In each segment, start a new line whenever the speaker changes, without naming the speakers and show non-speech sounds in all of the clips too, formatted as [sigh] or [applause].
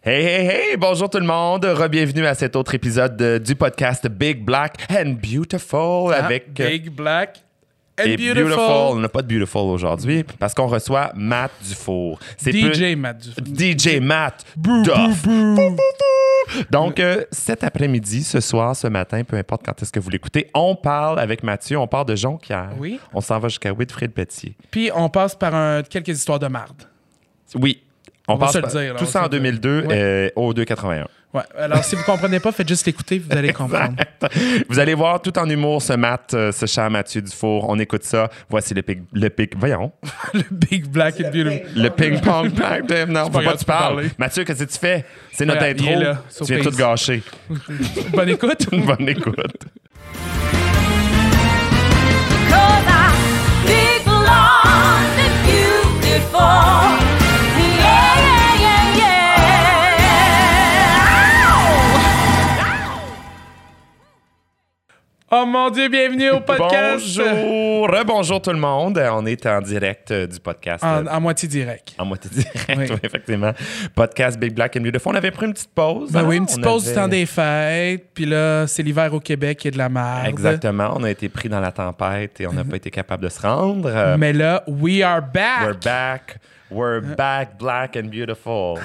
Hey, hey, hey, bonjour tout le monde. Re-bienvenue à cet autre épisode euh, du podcast Big Black and Beautiful avec. euh,
Ah, Big Black and
et
Beautiful.
On n'a pas de Beautiful aujourd'hui parce qu'on reçoit Matt Dufour. C'est
DJ Matt Dufour.
plus- DJ Matt Duff. Donc, euh, cet après-midi, ce soir, ce matin, peu importe quand est-ce que vous l'écoutez, on parle avec Mathieu, on part de Jonquière.
Oui.
On s'en va jusqu'à Whitfried Petit.
Puis on passe par un- quelques histoires de marde.
Oui. On,
va
passe
se le
par-
dire, là, on
Tout
va
ça
se
en
le dire.
2002
Ouais.
euh, au 281.
Ouais. Alors si vous comprenez pas, faites juste l'écouter, vous allez comprendre. [laughs]
[laughs] Vous allez voir tout en humour ce mat, euh, ce cher Mathieu Dufour. On écoute ça. Voici le pic. Le pic voyons.
le Big Black and Beautiful. [laughs]
Le ping-pong. pipe de- non, faut pas
pas grave,
que tu
tu peux
parles.
parler.
Mathieu, qu'est-ce que tu fais? C'est notre
Regarde, il est
intro.
là,
tu
surprise.
viens tout gâcher. [laughs]
Bonne écoute.
Bonne écoute.
Cause I big blonde and beautiful. Yeah, yeah, yeah, yeah. Ow!
Oh mon Dieu, bienvenue au podcast.
Bonjour. Rebonjour tout le monde. Euh, On est en direct euh, du podcast. euh,
En, en moitié direct.
En moitié direct,
Oui.
oui, [laughs] effectivement. Podcast Big Black and Beautiful. On avait pris une petite pause.
Ben
hein?
oui, une petite
On
pause
avait-
du temps des fêtes. Puis là, c'est l'hiver au Québec, il y a de la marde.
Exactement. On a été pris dans la tempête et on n'a
Mm-hmm.
pas été capable de se rendre. Euh,
Mais là, we are back. Uh,
We're back. We're back, black and
[laughs]
beautiful.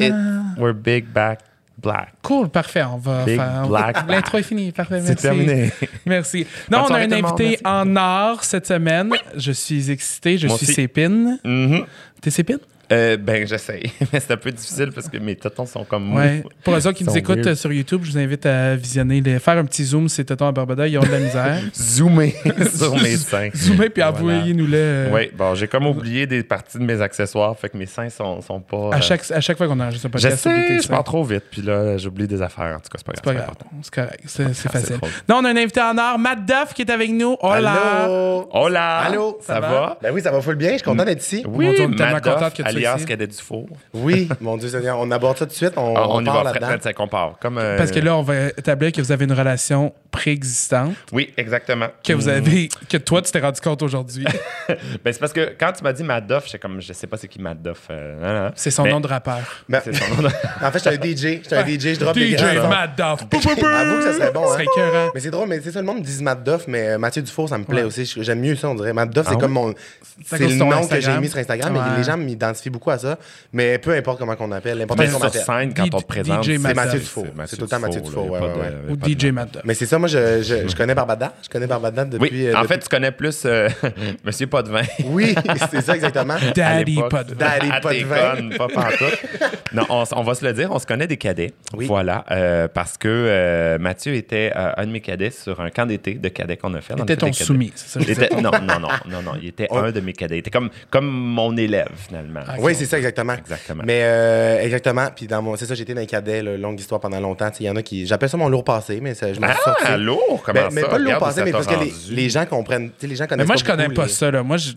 It- we're big, back, black.
Cool, parfait. On va
Big
faire.
Black.
L'intro est finie. Parfait.
C'est
Merci.
terminé.
Merci.
Bonne
Non, on a
soirée,
un
tout le monde.
invité
Merci.
en or cette semaine. Je suis excité. Je
Moi
suis
aussi.
Sépine. [laughs] T'es Sépine?
Mhm. Euh, ben, j'essaie. [laughs] Mais c'est un peu difficile parce que mes tétons sont comme.
Ouais. Pour ceux qui
Ils
nous
sont
écoutent
weird.
euh, sur YouTube, je vous invite à visionner, les- faire un petit zoom. C'est Tonton à Barbada. Ils ont de la
[laughs]
misère. [laughs]
Zoomer sur mes seins.
Zoomer puis
Voilà.
envoyez-nous-le. euh,
Oui, bon, j'ai comme oublié des parties de mes accessoires, fait que mes seins sont, sont pas. euh,
À chaque, à chaque fois qu'on enregistre un
Je
podcast, oubliez tes
sais, je
seins.
pars trop vite, puis là, j'oublie des affaires. En tout cas, c'est pas grave. c'est
C'est pas
pas
grave. C'est correct. C'est c'est
grave, c'est
facile.
drôle.
Non, on a un invité en or, Matt Duff, qui est avec nous. Hola!
Allô?
Hola!
Allô?
Ça, va?
Ah. Ben oui, ça va full bien, je suis content d'être ici.
Oui,
Mon Dieu, on est
Matt
tellement
Duff,
contente que tu sois
alias
ici.
Cadet du Four.
Oui, mon Dieu Seigneur, on aborde ça tout de suite, on,
Ah, on,
on
y
part
va,
là-dedans.
Fred, ça qu'on part. Comme, euh,
Parce que là, on va établir que vous avez une relation préexistante.
Oui, exactement.
que vous avez, que toi, tu t'es rendu
[laughs]
compte aujourd'hui.
Ben, c'est parce que quand tu m'as dit Madoff, j'étais comme, je sais pas c'est qui Madoff. euh, non, non.
C'est son
Mais- [laughs]
nom de rappeur.
Ben,
C'est son nom.
[laughs] en fait, j'étais un DJ, j'étais un DJ, je drop
DJ
des grains.
Mad Duff. Pou, pou, pou.
Avoue que ça serait bon,
Ce
hein?
serait écœurant.
Mais c'est drôle, mais c'est ça, le monde dit Matt Duff, mais euh, Mathieu Dufour, ça me plaît
Ouais.
aussi. Je- J'aime mieux ça, on dirait. Matt Duff,
Ah
c'est comme
ouais?
mon.
à
C'est
cause
le
de ton
nom que
Instagram.
j'ai mis sur Instagram, mais
Ouais.
les gens m'identifient beaucoup à ça. Mais peu importe comment qu'on appelle, l'important
Mais
c'est qu'on
sur
m'appelle.
scène, quand on te
D-
présente,
DJ
C'est
Madoff.
Mathieu Dufour. C'est tout le temps Mathieu Dufour,
là,
ouais,
y a pas
ouais, euh,
de-
ouais.
y a
Ou
pas de-
DJ Mad Duff.
Mais c'est ça, moi, je, je, je connais Barbada. Je connais Barbada depuis.
Oui,
euh,
en
depuis-
fait, tu connais plus euh, [laughs] Monsieur Potvin.
Oui, [laughs] c'est
[laughs]
ça, exactement.
Daddy
À l'époque,
Pod.
Daddy
Ah, t'es
Potvin.
conne, pas pantoute. non, on, s- on va se le dire, on se connaît des cadets.
Oui.
Voilà, euh, parce que euh, Mathieu était euh, un de mes cadets sur un camp d'été de cadets qu'on a fait.
T'es ton
soumis.
soumis, c'est ça que je
Il
disais.
était- non, non, non, non, non. Il était un de mes cadets. Il était comme, comme mon élève, finalement.
Ah,
Oh. Oui, c'est ça, exactement.
Exactement.
Mais euh, exactement. Puis dans mon, c'est ça, j'étais dans les cadets, là, longue histoire pendant longtemps. Tu sais, Il y en a qui, j'appelle ça mon lourd passé, mais ça, je m'en suis sorti.
Ah, lourd, comment
Ben,
ça?
mais pas le lourd
Regarde où
passé,
ça
mais
t'a
parce que les,
rendu.
les gens comprennent. tu sais, Les gens
Mais
connaissent
moi, je connais
beaucoup
pas
les-
ça, là. Moi, je.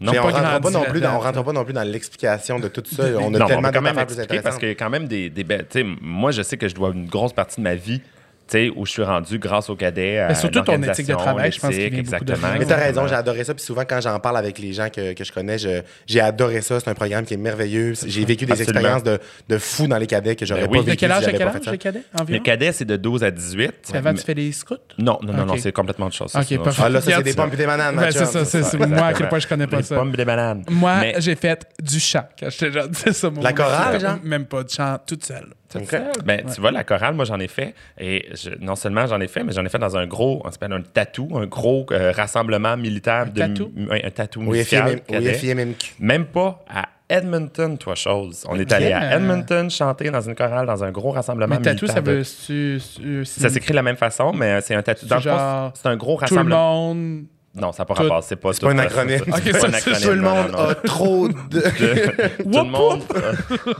Non,
Mais
pas
on rentre pas
grandi
non plus dans,
là-dedans.
on rentre pas non plus dans l'explication de tout ça. On
[laughs] Non, mais
a tellement
on va quand
d'autres
même
affaires plus
expliquer parce
intéressantes.
qu'il y a quand même des, des belles. tu sais, moi, je sais que je dois une grosse partie de ma vie. tu sais, où je suis rendu grâce au cadet. à
Mais surtout ton
l'organisation,
éthique de travail, je pense qu'il
l'éthique,
vient beaucoup de
exactement.
là.
Mais t'as raison,
Exactement.
j'ai adoré ça. Puis souvent, quand j'en parle avec les gens que, que je connais, je- j'ai adoré ça. C'est un programme qui est merveilleux. J'ai vécu des
Absolument.
expériences de, de fou dans les cadets que j'aurais
Ben oui.
pas
De
vécu
quel
si
âge à
j'avais
quel
pas fait
âge,
ça.
les cadets
Le
environ?
cadet, c'est de 12 à 18.
Avant, tu
Mais-
fais les scouts?
Non, non, non, non,
Ok.
c'est complètement de chose. ça,
Ok,
sinon,
parfait.
ça-
Ah là, ça, c'est
Regarde
des
ça.
pommes et des bananes,
Ben,
ma
c'est
chum,
ça, c'est c'est- moi à quel point je connais pas
Les
ça.
pommes et les bananes.
Moi,
Mais-
j'ai fait du chant quand j'étais jeune. [laughs] C'est ça mon
La
mot.
chorale, genre?
Même pas du chant, toute seule.
Ok.
Ben, tu vois, la chorale, moi, j'en ai fait. Et je- non seulement j'en ai fait, mais j'en ai fait dans un gros, on s'appelle un tatou, un gros euh, rassemblement militaire. de
tatou?
mi- ouais, un tatou
Oui,
musical.
FIMM oui,
cadet.
FIMMQ.
Même pas à Edmonton, toi, chose. On est
Ok.
allé à Edmonton chanter dans une chorale, dans un gros rassemblement
Mais tatou,
militaire.
ça
de-
veut. su- su-
Ça s'écrit de la même façon, mais euh, c'est un tatou. Dans le fond,
genre-
c'est un gros
Tout le
rassemblement.
monde.
Non, ça n'a pas
Tout-
rapport. C'est pas
C'est pas
tout-
un acronyme.
c'est pas
[laughs] Ok,
un
ça, c'est-
acronyme,
Tout le
non,
monde
non, non.
a Ah,
[laughs]
trop de. [laughs]
Tout le monde.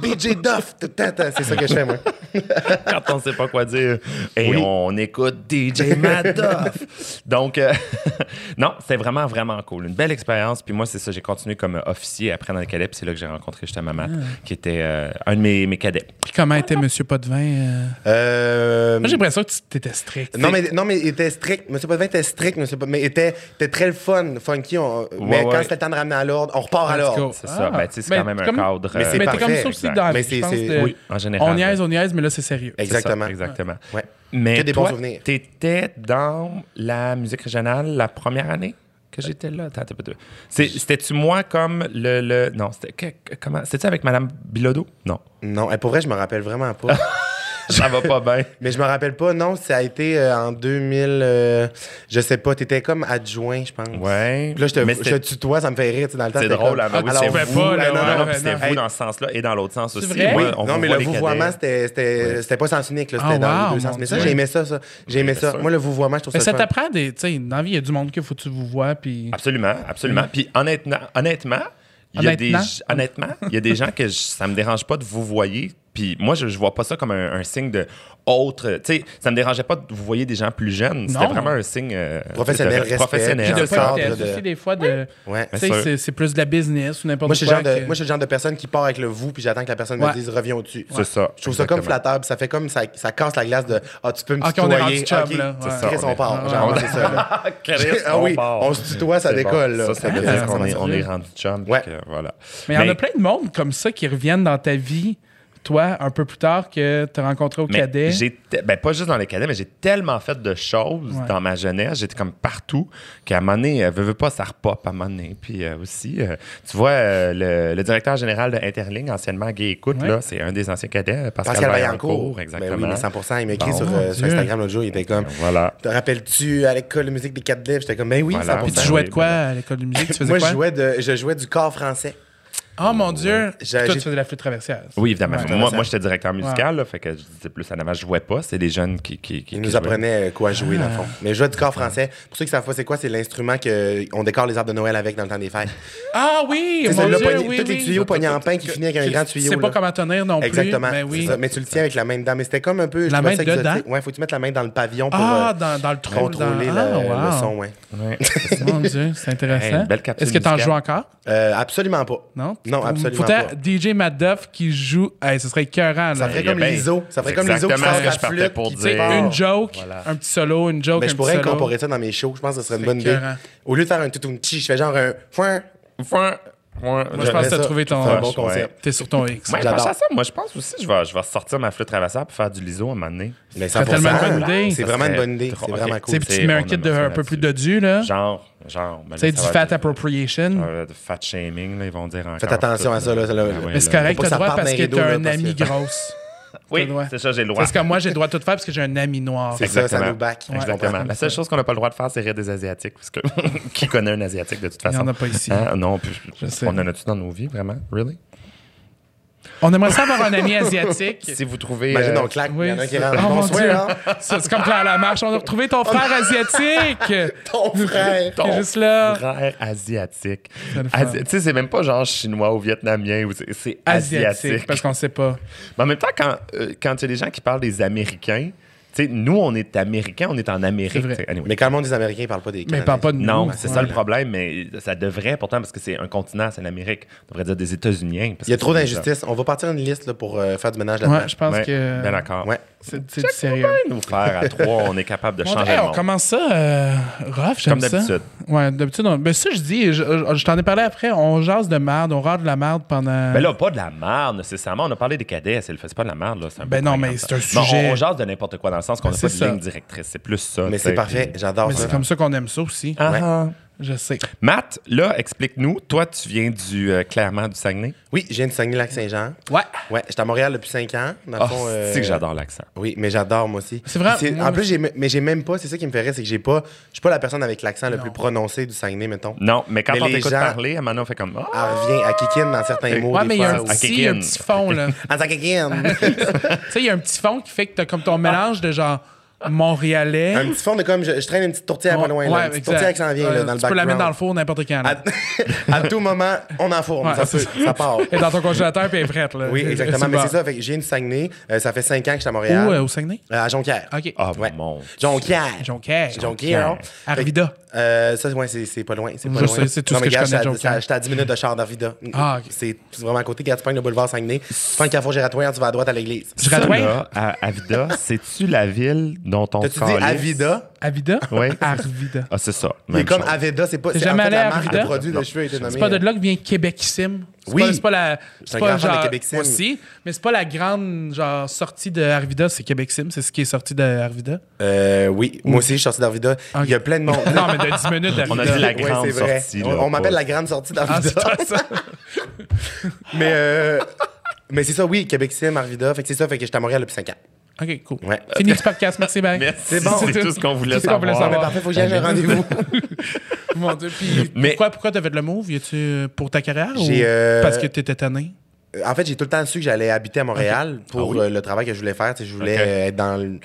DJ Duff, tata, c'est ça que je fais, moi.
[laughs] quand on ne sait pas quoi dire. Et
Oui.
on écoute DJ Madoff. Donc, euh, [laughs] non, c'est vraiment, vraiment cool. Une belle expérience. Puis moi, c'est ça, j'ai continué comme officier après dans le cadet. Puis c'est là que j'ai rencontré justement
Ah.
ma mère, qui était euh, un de mes, mes cadets.
Puis comment était Monsieur Potvin? euh?
Euh,
Moi, j'ai l'impression que tu t'étais strict.
non mais, non, mais il était strict. Monsieur Potvin était strict, monsieur Potvin, mais il était, était très le fun, funky. on- mais
ouais.
quand c'était le temps de ramener à l'ordre, on repart à
Let's
l'ordre.
go.
C'est ça. Ben, tu sais, c'est
Mais
quand même un
comme-
cadre.
Ah. Mais
euh,
Mais
c'est
t'es comme
parfait,
ça aussi
exact.
dans
Mais
je
c'est-
pense,
c'est-
de-
Oui, en général,
On niaise,
ouais.
on niaise, mais là, c'est sérieux.
c'est ça,
Exactement.
exactement.
Ouais.
Mais
Que des bons
toi,
souvenirs.
t'étais dans la musique régionale la première année que j'étais là. Attends, attends, attends. C'est- C'était-tu moi comme le... le- non, c'était... que- que- comment? C'était-tu avec Madame Bilodeau? Non.
Non, et pour vrai, je me rappelle vraiment
[laughs]
pas.
Ça va pas
[laughs]
bien.
mais je me rappelle pas, non, ça a été euh, en 2000, euh, je sais pas, t'étais comme adjoint, je pense.
Ouais.
Puis là, je te,
Mais
je te
c'était-
tutoie, ça me fait rire, tu sais, dans le temps.
C'est
t'es
drôle,
comme,
avant
Ah, tu
c'est
fais
vous.
pas, là,
non,
ouais,
non, non,
ouais,
puis c'était
non.
vous dans ce sens-là et dans l'autre sens aussi.
vrai?
Moi,
Oui,
on
non, mais
voit
le
les cadets.
vouvoiement, c'était c'était- c'était pas sensunique, là. C'était
Ah,
dans
wow,
les deux sens.
mon
Mais ça,
Dieu.
j'aimais ça, ça. J'aimais
bien
ça.
sûr.
Moi, le vouvoiement, je trouve
Mais
ça
ça
le fun.
t'apprend des. Tu sais, dans la vie, il y a du monde qu'il faut que tu vous vois, puis.
Absolument, absolument. Puis honnêtement, honnêtement, il y a des
Honnêtement?
honnêtement, il y a des gens que je- ça me dérange pas de vous voyer. Puis moi, je, je vois pas ça comme un, un signe de autre. Tu sais, ça me dérangeait pas de vous voyer des gens plus jeunes. C'était
Non.
vraiment un signe euh,
Professionnel,
de-
respect.
Puis
professionnel.
de
Dans Ah, le
pas
cadre
être
de-
aussi des fois de.
Ouais.
Tu sais,
sûr.
c'est- c'est plus de la business ou n'importe quoi.
Moi, je suis le genre de-
que-
moi, je suis le genre de personne qui part avec le vous, puis j'attends que la personne
Ouais.
me dise reviens au-dessus.
C'est ça,
Je trouve ça comme
exactement.
flatteur, puis ça fait comme ça, ça casse la glace de Ah, tu peux me
Ok, on est rendu
tutoyer. Ah,
chum,
Ok,
là. Ouais.
C'est Chris, on part.
Ouais.
Genre, c'est ça.
[laughs]
là.
Chris,
Ah
on
oui,
part.
on se tutoie, ça
C'est bon.
décolle, là.
Ça, ça veut
Ah,
dire qu'on
ça
est,
va
on est
dire.
rendu chum.
Ouais.
que voilà.
Mais il y en a plein de monde comme ça qui reviennent dans ta vie, toi, un peu plus tard que tu as rencontré au
Mais
cadet.
j'ai te- ben, pas juste dans les cadets, mais j'ai tellement fait de choses
Ouais.
dans ma jeunesse. J'étais comme partout qu'à un moment donné, euh, veux, veux pas, ça repop à un moment donné. Puis euh, aussi, euh, tu vois, euh, le, le directeur général de Interling, anciennement Gay Écoute,
Ouais.
là, c'est un des anciens cadets, euh, Pascal,
Pascal
Vaillancourt.
Vaillancourt.
Exactement.
Ben oui, mais 100 il m'a écrit
Bon,
sur,
mon
euh, sur
Dieu.
Instagram l'autre jour, il était comme
Voilà.
Te rappelles-tu à l'école de musique des 4 d J'étais comme Ben oui,
Voilà.
100
Puis tu
Ben
jouais
oui,
de quoi
ben
à l'école de musique? Tu faisais
Moi,
quoi?
je jouais, de, je jouais du corps français.
Oh mon Dieu! Puis
J'ai-
Toi, tu
j'ai-
faisais la flûte traversière.
Oui, évidemment.
Ouais.
Moi, moi j'étais directeur musical, là, fait que je disais plus en avant, je jouais pas. C'est des jeunes qui. qui, qui
Il
qui
nous
jouaient.
apprenait euh, quoi jouer, dans le
Ah.
fond. Mais je jouais du corps français. Pour ceux qui savent pas c'est quoi, c'est l'instrument qu'on décore les arbres de Noël avec dans le temps des fêtes.
Ah oui!
C'est
Mon
celui-là,
Dieu,
pogné-
oui,
tous les
oui.
tuyaux pognés en pain qui finit avec un
Tu-
grand
Tu
tuyau.
sais pas
là.
comment tenir non plus.
Exactement.
Mais
c'est
oui.
ça. Mais tu le tiens avec la main dedans. Mais c'était comme un peu. je
La
trouvais
main
ça exotique.
dedans?
Ouais, faut que tu mettes la main dans le pavillon pour
Ah,
euh,
dans, dans le trou.
contrôler
dans...
le,
Ah, wow.
le son. ouais. [laughs]
Ouais.
[laughs] Mon Dieu, c'est
Hey,
intéressant.
une belle capsule
Est-ce que t'en
musicale.
joues encore?
Euh, absolument pas.
Non?
Non, absolument
Faut
pas.
DJ Madoff qui joue. Hey, ce serait écœurant.
Ça
là.
ferait
Il y a
comme
bien-
l'ISO. Ça ferait comme
C'est
l'ISO qui
exactement
sort
ce que
la
je partais
flûte,
pour
qui
dire.
part.
Une joke,
Voilà.
un petit solo, une joke.
Mais
un
je pourrais
petit solo.
incorporer ça dans mes shows. Je pense que ce serait une
C'est
bonne idée.
écœurant.
Au lieu de faire un tout petit, je fais genre un. foin.
Moi,
Moi, je pense que
ça,
t'as trouvé ton.
c'est un bon
Ouais.
concept.
T'es sur ton X.
Moi, je
J'adore.
pense à ça. Moi, je pense aussi que je vais, je vais ressortir ma flûte traversière pour faire du liso à un moment donné.
Mais
serait
100%,
tellement une bonne idée.
C'est
Ça
vraiment une
serait
bonne idée.
trop-
C'est
ok.
Tu
vraiment
sais,
cool.
puis
C'est-
tu mets
on
un
a
kit de
mentionné
un peu plus
là-dessus.
dodu, là. Tu
Genre, genre. ben là,
sais,
ça
Hein? du
va
fat
être-
appropriation.
euh, de fat shaming, là, ils vont dire encore.
Hmm. Faites attention à ça. Là, ça, là.
Ah ouais,
Mais c'est
là.
correct,
Faut
t'as
pas que ça
droit
parte
parce
dans
que
les
t'as un
rideaux, là,
ami
parce [laughs]
grosse. T'as
Oui,
le droit.
c'est ça, j'ai le droit.
Parce que moi, j'ai le droit de tout faire parce que j'ai un ami noir.
C'est ça, ça
Exactement.
nous back. Je comprends.
Exactement. La seule chose qu'on n'a pas le droit de faire, c'est rire des Asiatiques. Parce que [laughs] qui connaît un Asiatique de toute façon?
Il y en a pas ici.
Hein? Non, puis-
sais.
on en a-tu dans nos vies, vraiment? Really?
On aimerait ça avoir un ami asiatique.
Si vous trouvez.
Imagine,
euh,
on claque. Il
Oui,
y en a un qui
c'est-
rentre.
Oh, mon Dieu.
Bonsoir, hein?
Ça, C'est comme Claire Lamarche. On a retrouvé ton frère
[laughs]
asiatique.
Ton
[laughs]
frère.
ton
Qui est juste là.
frère asiatique.
le fun.
Asi- Tu sais, c'est même pas genre chinois ou vietnamien. ou c'est- C'est asiatique.
Asiatique, parce qu'on sait pas.
Mais en même temps, quand euh, quand il y a des gens qui parlent des Américains, tu sais, nous, on est Américains, on est en Amérique.
C'est vrai.
tu sais, anyway.
Mais quand le monde des Américains, ils parlent pas des
Mais
Canadiens.
parle pas de nous.
Non, c'est ça le
Ouais.
problème, mais ça devrait pourtant, parce que c'est un continent, c'est l'Amérique. On devrait dire des États-Unis.
Il y a trop d'injustice. On va partir une liste là, pour euh, faire du ménage là-dedans.
Ouais, je pense
Ouais,
que
ben d'accord.
Ouais.
c'est c'est du sérieux.
Nous faire à trois, on est capable de
Bon,
changer
hey,
le
on
monde.
commence ça euh, rough, j'aime
Comme
ça.
d'habitude.
Ouais, d'habitude. on- Ben, ça, je dis, je, je- je t'en ai parlé après, on jase de merde, on râle de la merde pendant.
Ben là, pas de la merde nécessairement. On a parlé des cadets, c'est c'est pas de la merde. Là. c'est un
Ben
peu
non,
plus
mais
grand,
c'est un
ça. Bon,
sujet-
on, on jase de n'importe quoi dans le sens qu'on n'a
Ben,
pas de
c'est ça.
ligne directrice. C'est plus ça.
Mais
tu sais,
c'est parfait.
puis-
J'adore
Mais c'est
ça.
comme ça qu'on aime ça aussi.
Ah,
Ouais.
ah.
Je sais.
Matt, là, explique-nous. Toi, tu viens du euh, Clermont, du Saguenay.
Oui, je viens de Saguenay-Lac-Saint-Jean.
Ouais. Ah,
Ouais, j'étais à Montréal depuis 5 ans. Dans le
Oh,
fond, euh,
c'est que j'adore l'accent.
Oui, mais j'adore moi aussi.
C'est vrai,
Puis
moi
En plus,
aussi.
j'ai, mais j'ai même pas. C'est ça qui me fait rire, c'est que j'ai pas. Je suis pas la personne avec l'accent le plus prononcé du Saguenay, mettons.
Non, mais quand
Mais
on
les
t'écoute
gens-
parler, à un moment donné, on fait comme. Ah!
Elle revient à Kikin dans certains mots.
Ouais,
des
mais il y a un
fois, ou-
petit,
kick in. [laughs]
un petit fond, là.
Elle dit à Kikin.
[laughs]
Ah.
tu sais, il y a un petit fond qui fait que t'as comme ton mélange de genre. montréalais.
Un petit fond de comme je, je traîne une petite tourtière pas loin. là, une petite
exact.
tourtière qui s'en vient là,
Euh,
dans le
Tu peux la mettre dans le
background.
four n'importe quand. là.
À, à tout moment, on en fourne.
Ouais,
ça,
c'est [laughs]
peut- ça part.
Et dans ton congélateur, puis elle est prête. Là.
Oui, exactement. Mais
bon.
c'est ça. Fait que j'ai une Saguenay. Euh, ça fait 5 ans que je suis à
Où,
Montréal.
euh, au Saguenay?
Euh, à Jonquière.
OK.
Ah,
Ouais.
mon.
Jonquière.
Jonquière.
Jonquière.
Arvida.
Euh, ça, ouais, c'est c'est pas loin. C'est pas
Je
loin.
sais, c'est tout
Non,
ce
mais
que je
gars,
connais de
j'étais à-
Jonquière.
J'étais à 10 minutes de char d'Arvida.
Ah, ok.
C'est c'est vraiment à côté. Quand tu prends le boulevard Saguenay, tu prends le carrefour Giratoire, tu vas à droite à l'église.
Je
Ça,
ratouille.
là, à Avida, c'est-tu la ville dont on
T'as-tu dit Avida?
Avida?
Oui.
Arvida.
Ah, c'est ça.
Mais
même
comme
chose.
Aveda, c'est pas.
T'es
C'est
jamais
en fait,
allé à
la marque
Avida?
de produits
Non.
de cheveux a été nommée. euh,
C'est pas de là que vient Québecissime. C'est
Oui.
pas- C'est pas la.
un
C'est
grand
pas
fan de
genre.
Québecissime.
Aussi, mais c'est pas la grande genre sortie de Arvida, c'est Québecissime, c'est ce qui est sorti de
[laughs]
Arvida.
Euh, oui, moi aussi, je suis sorti d'Arvida. Il y a plein de monde.
Mm.
[laughs]
Non, mais de 10 minutes d'Arvida.
On a dit la
Ouais,
grande
c'est vrai.
sortie.
On,
là,
on m'appelle
pas-
la grande sortie
Ah,
[laughs] d'Arvida.
c'est pas ça.
mais euh, mais c'est ça, oui, Québec Sim, Arvida. Fait que c'est ça, fait que j'étais à Montréal depuis 5 ans.
OK, cool.
Ouais.
Fini ce podcast, merci, bye.
Merci,
C'est
C'est
bon.
bon. c'est tout ce qu'on voulait
C'est ce qu'on voulait
savoir.
Mais
savoir.
parfait, faut que j'aille à un rendez-vous.
[laughs] Mon Dieu, puis
[laughs] Mais-
pourquoi, pourquoi t'as fait le move? Y a-tu euh, pour ta carrière ou
J'ai, euh,
parce que t'étais tanné?
En fait, j'ai tout le temps su que j'allais habiter à Montréal
Ah
pour euh, le travail que je voulais faire. Tu sais, Je voulais
Ok.
euh, être dans le.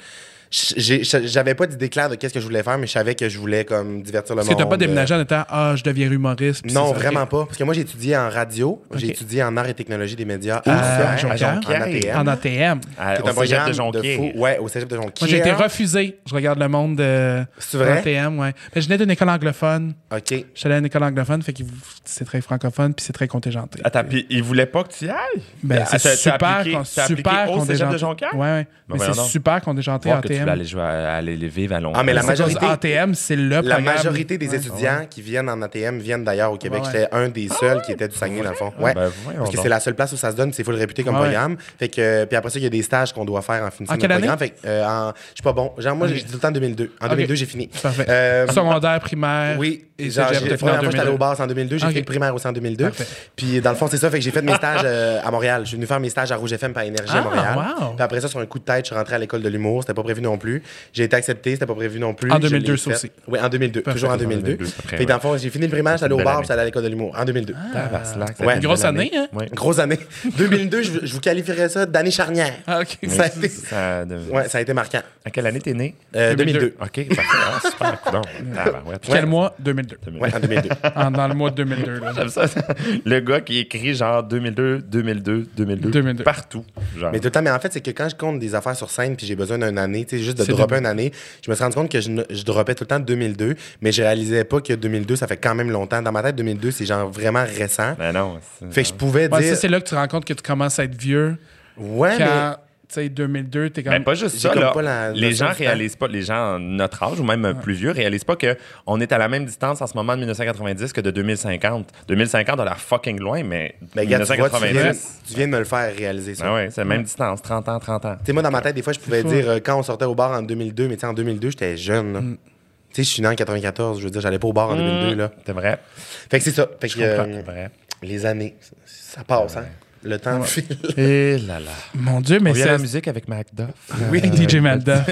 j'ai- J'avais pas d'idée claire de qu'est-ce que je voulais faire, mais je savais que je voulais comme divertir le
Parce que
monde.
t'as pas
euh,
déménagé en étant « Ah, je deviens humoriste. » puis
Non,
c'est ça,
vraiment
ok.
pas. Parce que moi, j'ai étudié en radio, j'ai
Ok. Ah,
étudié en arts et technologies des médias E
ça?
à,
À
Jonquière,
Jonquière?
en ATM.
En ATM.
À-
C'est
Ah, Au
un
cégep
programme
de
de
Jonquière.
fou. Ouais, au cégep de Jonquière.
Moi, j'ai été refusé. Je regarde le monde de
C'est vrai?
ATM, ouais. Mais je venais d'une école anglophone.
OK.
Je suis allé à une école anglophone, fait que c'est très francophone, puis c'est très contingenté.
Attends, puis il voulait pas que tu y ailles?
Ben,
Ah,
c'est
t'as- t'as
super,
appliqué-
con-
t'as
super
appliqué au cégep de
contingenté.
Jonquière?
Ouais, ouais.
Ben,
mais c'est
voyons donc.
super contingenté
Voir que tu
ATM.
voulais aller, jouer à- aller vivre à Londres.
Ah, mais la
C'est-
majorité-
ATM, c'est le
La
programme.
majorité des étudiants qui viennent en ATM viennent d'ailleurs au Québec.
Ouais, ouais. Ah
J'étais un des seuls qui était du Saguenay, dans le fond. Ouais.
Ben, voyons
Parce que
donc.
c'est la seule place où ça se donne, c'est faut le réputer comme
Ouais, ouais.
programme. Fait que, euh, puis après ça, il y a des stages qu'on doit faire en finissant
En quelle
notre
année?
programme. Fait que, euh, en- je suis pas bon. Genre, moi,
Ok.
j'ai dit tout le temps 2002. En 2002, j'ai fini.
Parfait.
Euh,
Secondaire, primaire.
Oui,
et
genre,
cégep,
j'ai-
t'as fini en
la première fois, j'étais allé au
2002.
bar, c'est en 2002. J'ai
Ok.
fait le primaire aussi en 2002.
Parfait.
Puis, dans le fond, c'est ça. Fait que j'ai
[laughs]
fait mes stages euh, à Montréal. Je suis venu faire mes stages à Rouge FM par Énergie
Ah,
à Montréal.
wow.
Puis après ça, sur un coup de tête, je suis rentré à l'école de l'humour. C'était pas prévu non plus. J'ai été accepté, c'était pas prévu non plus.
En
Je l'ai
2002,
fait.
ça aussi.
Oui, en 2002.
Parfait.
Toujours en 2002.
2002, après,
Puis, dans le fond, j'ai fini le primaire, j'étais allé au
Belle
bar,
année.
puis j'étais allé à l'école de l'humour en 2002.
Ah.
Tabarnak, ça
Ouais.
fait une
Grosse
belle
année, hein?
Ouais.
Grosse année. [laughs] 2002, je, je vous qualifierais ça d'année charnière.
Ah, ok.
Ça a été,
Ça- de-
ouais, ça a été marquant.
À quelle année t'es né?
Euh, 2002.
OK, parfait. Ah,
[laughs]
super. coudonc. Ah, ben, Tabarouette.
Quel mois? 2002.
Ouais, en 2002.
En- dans le mois de 2002.
[laughs]
là.
[laughs] J'aime ça. Le gars qui écrit genre 2002, 2002, 2002,
2002.
partout. Genre.
Mais tout le temps, mais en fait, c'est que quand je compte des affaires sur scène puis j'ai besoin d'une année, tu sais, juste de
C'est
dropper
de-
une année, je me suis rendu compte que je, ne- je droppais tout le temps 2002, mais je réalisais pas que 2002, ça fait quand même longtemps. Dans ma tête, 2002, c'est genre vraiment récent.
Ben non. c'est-
Fait que je pouvais
Ouais, ça,
dire.
c'est là que tu te rends compte que tu commences à être vieux.
ouais,
Quand, tu sais, 2002, t'es
Mais
comme...
Ben, pas juste
J'ai
ça,
comme
là.
pas la- la
les gens
notion du
réalisent pas, les gens de notre âge ou même euh, plus vieux réalisent pas que on est à la même distance en ce moment de 1990 que de 2050. 2050 on a l'air fucking loin, mais
mais, ben, gars, tu vois, tu viens,
1990.
tu viens de me le faire réaliser, ça.
Ah ouais, c'est la même distance, 30 ans, 30 ans.
Tu sais, moi, dans ma tête, des fois, je pouvais
Ben fou.
dire euh, quand on sortait au bar en 2002, mais tu sais, en 2002, j'étais jeune, là.
Mm.
Tu sais, je suis né en 94, je veux dire, j'allais pas au bar en 2002, là.
C'est vrai.
Fait que c'est ça. Fait que,
Je comprends,
euh,
c'est
[laughs]
vrai.
les années, ça- ça passe, hein. Le temps file.
Et là là.
Mon Dieu, mais
On vient à
c'est...
la musique avec MacDuff.
[laughs] Oui, DJ
[laughs]
Malda.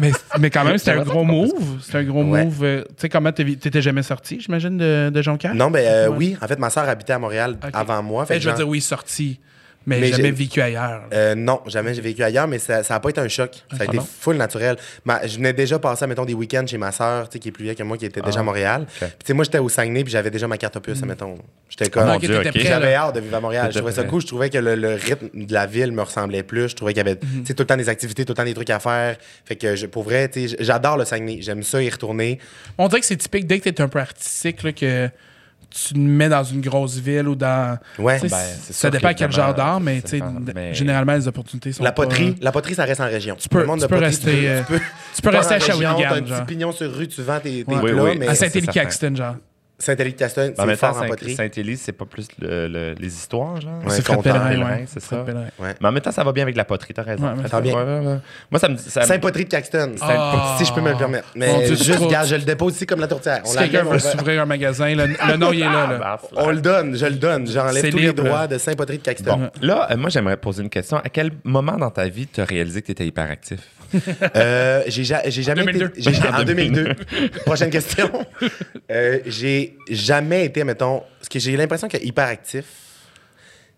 mais, mais quand même, c'était un gros move. C'était un gros
Ouais.
move. euh, Tu sais, comment t'es- t'étais jamais sorti, j'imagine, de, de Jonquière?
Non, mais euh,
Ouais.
oui, en fait, ma soeur habitait à Montréal
Ok.
avant moi. Fait
Ben,
que
je veux
genre-
dire, oui, sorti, mais,
Mais
jamais
j'ai-
vécu ailleurs.
Euh, non, jamais j'ai vécu ailleurs, mais ça n'a pas été un choc. Ça a été
bon?
full naturel. Ma- je venais déjà passé, mettons, des week-ends chez ma sœur, tu sais, qui est plus vieille que moi, qui était
Ah,
déjà à Montréal. Puis, tu sais, moi, j'étais au Saguenay, puis j'avais déjà ma carte opus, mettons. J'étais comme.
Hmm. Ah,
mon
ok,
Dieu,
t'étais
ok.
prêt, là.
J'avais hâte de vivre à Montréal. Je
Tout à
trouvais ça
fait.
cool. Je trouvais que le, le rythme de la ville me ressemblait plus. Je trouvais qu'il y avait
Mhm.
tu sais, tout le temps des activités, tout le temps des trucs à faire. Fait que je, pour vrai, tu sais, j'adore le Saguenay. J'aime ça y retourner.
On dirait que c'est typique dès que t'es un peu artistique là, que tu te mets dans une grosse ville ou dans.
Ouais.
Tu sais,
Ben,
c'est
ça
sûr
dépend quel
qu'évidemment,
genre d'art, mais,
ça
tu sais,
dépend, mais-
généralement, les opportunités sont.
La
pas- euh,
poterie, la poterie, ça reste en région. Tu
peux- tu peux rester, euh, tu peux rester à Shawinigan,
T'as un petit
genre.
pignon sur rue, tu vends tes, tes
Ouais.
Oui,
plats,
oui.
mais
à
c'est
Saint-Élie-Caxton, genre.
Saint-Élie-Caston,
En
c'est
même temps,
fort en
Ben, Saint-
poterie.
Saint-Élie, c'est pas plus le- le- les histoires, genre.
Ouais,
C'est Fred
content.
Pellerin,
Pellerin,
ouais.
c'est
Fred
ça.
Pellerin.
Ouais.
Mais en même temps, ça va bien avec la poterie, t'as raison.
Ouais, mais-
Ça va bien.
Ouais, ouais, ouais. Moi, ça me. ça me-
Saint-Poterie de Caxton.
Ah.
Si je peux me le permettre.
Mon
Mais
Dieu, je
juste,
trouve-
regarde, je le dépose ici comme la tourtière. On,
Si
l'enlève,
quelqu'un
on
veut
le-
s'ouvrir un magasin, le, le nom, il est là. là.
Ah, bah,
on le donne, je le donne. J'enlève
C'est
tous
libre.
les droits de Saint-Poterie de Caxton.
Bon, là, euh, moi, j'aimerais te poser une question. À quel moment dans ta vie tu as réalisé que tu étais hyperactif?
Euh, j'ai ja- j'ai jamais
2002.
été. j'ai-
En
en 2002. [laughs] Prochaine question. Euh, j'ai jamais été, mettons. Ce que j'ai l'impression que hyperactif,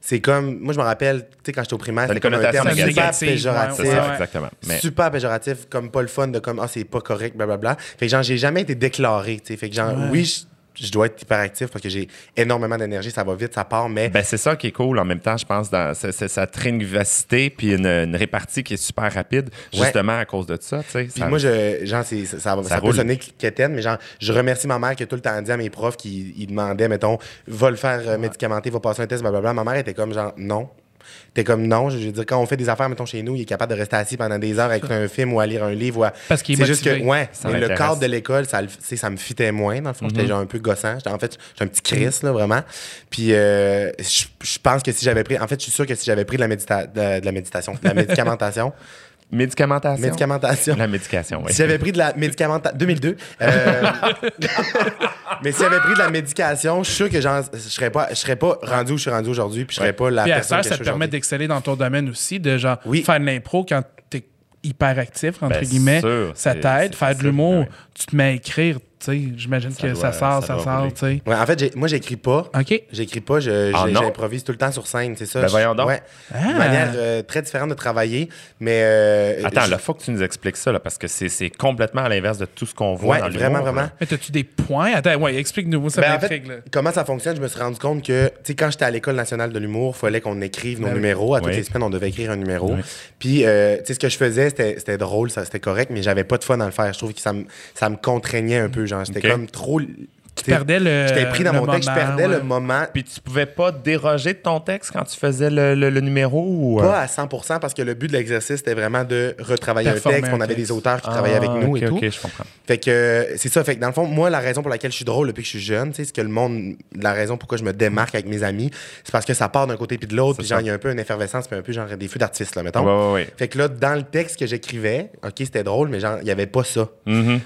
c'est comme. Moi, je me rappelle, tu sais, quand j'étais au primaire,
Ça a des
c'était comme un
connotations négatives.
terme super
Négatives, ouais,
péjoratif.
C'est ça,
ouais.
exactement. Mais
Super péjoratif, comme pas le fun de comme, ah, c'est pas correct, blablabla. Fait que genre, j'ai jamais été déclaré, tu sais. Fait que genre, oui, je- je dois être hyperactif parce que j'ai énormément d'énergie, ça va vite, ça part, mais
ben, c'est ça qui est cool en même temps, je pense. Dans, c'est- c'est- ça crée une vivacité puis une, une répartie qui est super rapide,
Ouais.
justement à cause de ça. tu sais.
Puis
Ça-
moi, je, genre, c'est- ça, ça, ça peut
roule.
sonner quétaine, mais genre, je remercie ma mère qui a tout le temps dit à mes profs qu'ils ils demandaient, mettons, va le faire euh, médicamenter, va passer un test, blablabla. Ma mère était comme, genre, non. T'es comme non, je veux dire, quand on fait des affaires, mettons, chez nous, il est capable de rester assis pendant des heures à écouter un film ou à lire un livre. ou à-
Parce qu'il est
C'est juste que,
motivé.
ouais,
Ça
mais le
l'intéresse.
cadre de l'école, ça, le- tu sais, ça me fitait moins, dans le fond. J'étais genre un peu gossant. J'étais- en fait, j'étais un petit Chris, là, vraiment. Puis, euh, je je pense que si j'avais pris, en fait, je suis sûr que si j'avais pris de la, médita- de, de la méditation, de la médicamentation,
Médicamentation.
médicamentation,
La médication, oui.
si j'avais pris de la médicamentation. 2002.
[laughs]
euh, mais si j'avais pris de la médication, je suis sûr que j'en- je serais pas, je serais pas rendu où je suis rendu aujourd'hui, puis je serais pas la
Puis à
personne
ça,
que
ça te
je suis
permet
aujourd'hui.
d'exceller dans ton domaine aussi, de genre
Oui.
faire de l'impro quand t'es hyper actif, entre
Ben,
guillemets,
sûr,
ça
c'est-
t'aide.
c'est
Faire de
facile,
l'humour,
ouais.
tu te mets à écrire, tu sais, j'imagine que
doit-
ça sort,
ça
ça,
doit
sort,
rouler.
tu sais.
Ouais, en fait, j'ai- moi, j'écris pas.
OK.
J'écris pas, je-
Ah
je-
non?
j'improvise tout le temps sur scène, c'est ça.
Ben
Je-
voyons donc. Ah.
Ouais. Une manière euh, très différente de travailler, mais. euh,
Attends,
je-
là, faut que tu nous expliques ça, là, parce que c'est c'est complètement à l'inverse de tout ce qu'on voit
Ouais,
dans l'humour,
vraiment,
là.
vraiment.
Mais t'as-tu des points? Attends, ouais, explique-nous, ça
Ben, en
m'intrigue,
fait,
là.
Comment ça fonctionne, je me suis rendu compte que, tu sais, quand j'étais à l'École nationale de l'humour, il fallait qu'on écrive nos
Ben oui.
numéros. À toutes
Oui.
les semaines, on devait écrire un numéro. Puis, euh, tu sais, ce que je faisais, c'était c'était drôle, ça, c'était correct, mais j'avais pas de fun à le faire. Je trouve que ça me, ça me contraignait un peu. Genre, j'étais
Ok.
comme trop. Tu
perdais le-
J'étais pris dans
le
mon texte, je
moment,
perdais
ouais.
le moment.
Puis tu pouvais pas déroger de ton texte quand tu faisais le, le- le numéro ou. euh,
Pas à 100 parce que le but de l'exercice, c'était vraiment de retravailler
Performer
un texte.
un
On avait
texte.
des auteurs qui travaillaient avec
Ah,
nous
ok,
et tout.
Ok, je comprends.
Fait que euh, c'est ça. Fait que dans le fond, moi, la raison pour laquelle je suis drôle depuis que je suis jeune, tu sais, c'est que le monde, la raison pourquoi je me démarque avec mes amis, c'est parce que ça part d'un côté puis de l'autre,
C'est
puis genre,
ça.
il y a un peu une effervescence, puis un peu genre des feux d'artifice, là, mettons.
Ouais, ouais, ouais.
Fait que là, dans le texte que j'écrivais, OK, c'était drôle, mais genre, il n'y avait pas ça.
Mhm.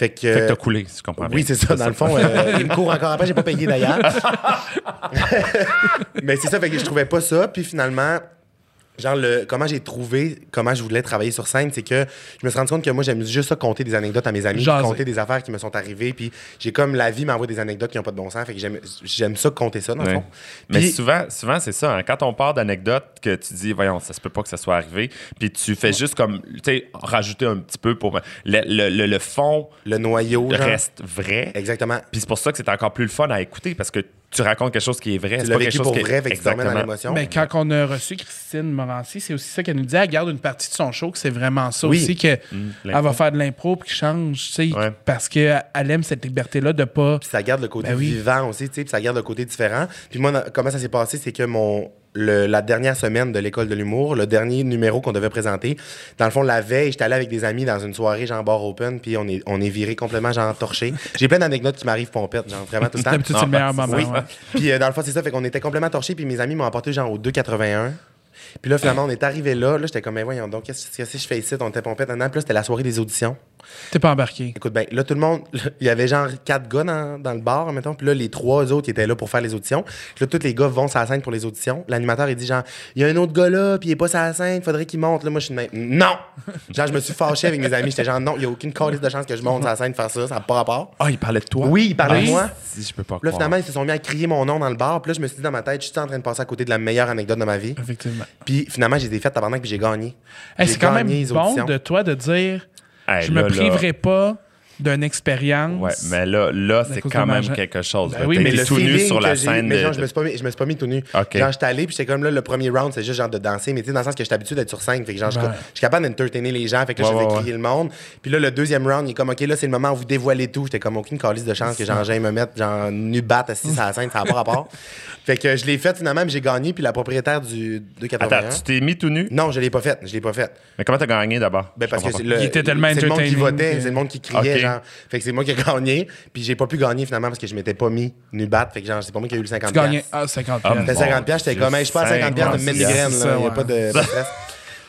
Fait que.
Fait que
euh,
t'as coulé, si je comprends bien.
oui, c'est ça, dans le fond. euh, il me court encore après, j'ai pas payé d'ailleurs. [laughs] Mais c'est ça, fait que je trouvais pas ça. Puis finalement, genre, le, comment j'ai trouvé, comment je voulais travailler sur scène, c'est que je me suis rendu compte que moi, j'aime juste ça, compter des anecdotes à mes amis, puis
Jaser.
compter des affaires qui me sont arrivées. Puis j'ai comme la vie m'envoie des anecdotes qui n'ont pas de bon sens. Fait que j'aime- j'aime ça, compter ça, dans le
Ouais.
fond.
Mais
Puis-
souvent, souvent c'est ça. hein. Quand on part d'anecdotes que tu dis, voyons, ça se peut pas que ça soit arrivé, puis tu fais juste comme, tu sais, rajouter un petit peu pour. Le, le, le- le fond
le noyau. genre.
reste vrai.
Exactement.
Puis c'est pour ça que c'est encore plus le fun à écouter parce que tu racontes quelque chose qui est vrai.
Tu
c'est
l'as
pas quelque
vécu
chose
pour
qui est-
vrai, fait que tu t'en mets dans
Exactement.
l'émotion.
Mais quand on a reçu Christine Morancy, c'est aussi ça qu'elle nous dit. Elle garde une partie de son show, que c'est vraiment ça
Oui.
aussi, qu'elle
Mm, l'impro.
va faire de l'impro puis qu'elle change, tu sais,
Ouais.
parce qu'elle aime cette liberté-là de pas.
Puis ça garde le côté
Ben oui.
vivant aussi, tu sais, puis ça garde le côté différent. Puis moi, dans- comment ça s'est passé, c'est que mon le- la dernière semaine de l'école de l'humour, le dernier numéro qu'on devait présenter, dans le fond, la veille, j'étais allé avec des amis dans une soirée genre bar open, puis on est, on est viré complètement genre
[laughs]
torché. J'ai plein d'anecdotes qui m'arrivent pompette, genre vraiment tout le temps.
D'habitude, c'est le meilleur
bah,
moment.
Oui.
ouais.
Puis euh, dans le fond, c'est ça. Fait qu'on était complètement torchés. Puis mes amis m'ont apporté genre au 2,81. Puis là, finalement, on est arrivé là. Là, j'étais comme, mais voyons donc, qu'est-ce qu'est-ce que je fais ici? On était pompette. Puis là, c'était la soirée des auditions.
T'es pas embarqué.
Écoute, ben là, tout le monde, [laughs] il y avait genre quatre gars dans, dans le bar, mettons. Puis là, les trois autres qui étaient là pour faire les auditions. Puis là, tous les gars vont sur la scène pour les auditions. L'animateur, il dit genre, il y a un autre gars là, puis il est pas sur la scène, faudrait qu'il monte. Là, moi, je suis de même. Non! Genre, je me suis fâché avec mes amis. J'étais genre, non, il y a aucune calice de chance que je monte sur la scène faire ça, ça n'a pas rapport.
Ah, il parlait de toi.
Oui, il parlait de
Ah,
moi.
Si, je peux pas.
Puis Là,
croire.
finalement, ils se sont mis à crier mon nom dans le bar. Puis là, je me suis dit dans ma tête, je suis en train de passer à côté de la meilleure anecdote de ma vie.
Effectivement.
Puis finalement, j'ai des fêtes tabarnak, puis j'ai gagné.
Hey,
J'ai
c'est quand même
gagné les
bon
auditions.
de toi de dire
Hey,
je
là,
me
là.
priverai pas d'une expérience.
Ouais, mais là, là c'est
cause
quand
de
même
ma-
quelque chose.
Ben
là.
oui,
T'es
mais
tout nu
feeling
sur la
que j'ai eu-
scène.
Mais
de-
genre, je me suis pas mis, je me suis pas mis tout nu.
Ok.
Genre, j'étais allé, puis j'étais comme là, le premier round, c'est juste genre de danser, mais tu sais, dans le sens que j'étais habitué d'être sur scène. Fait que genre, je-
Ouais.
je suis capable d'entertainer les gens. Fait que là,
Ouais,
je faisais
ouais,
crier le monde. Puis là, le deuxième round, il est comme, OK, là, c'est le moment où vous dévoilez tout. J'étais comme, aucune calice de chance que genre, j'aille me mettre, genre, nu batte assis sur la scène, ça n'a pas rapport.
[laughs]
Fait que je l'ai fait finalement, puis j'ai gagné, puis la propriétaire du 281.
Attends, tu t'es mis tout nu?
Non, je l'ai pas faite. Je l'ai pas faite.
Mais comment t'as gagné d'abord?
Ben
Je
parce que
comprends
c'est
pas.
le,
Il était tellement
c'est le monde qui
entertaining
votait,
que-
c'est le monde qui criait
Ok.
genre. Fait que c'est moi qui ai gagné, puis j'ai pas pu gagner finalement parce que je m'étais pas mis nu batte, fait que genre c'est pas moi qui ai eu le 50
Tu gagnais ah, 50
Ah,
piastres.
C'était
Mon
50 pièces, j'étais
Dieu,
comme Hey, je suis pas à 50 pièces de me
c'est
mettre des
ça,
graines
c'est
là,
ça,
il y a
ouais.
pas
[laughs]
de pas de stress.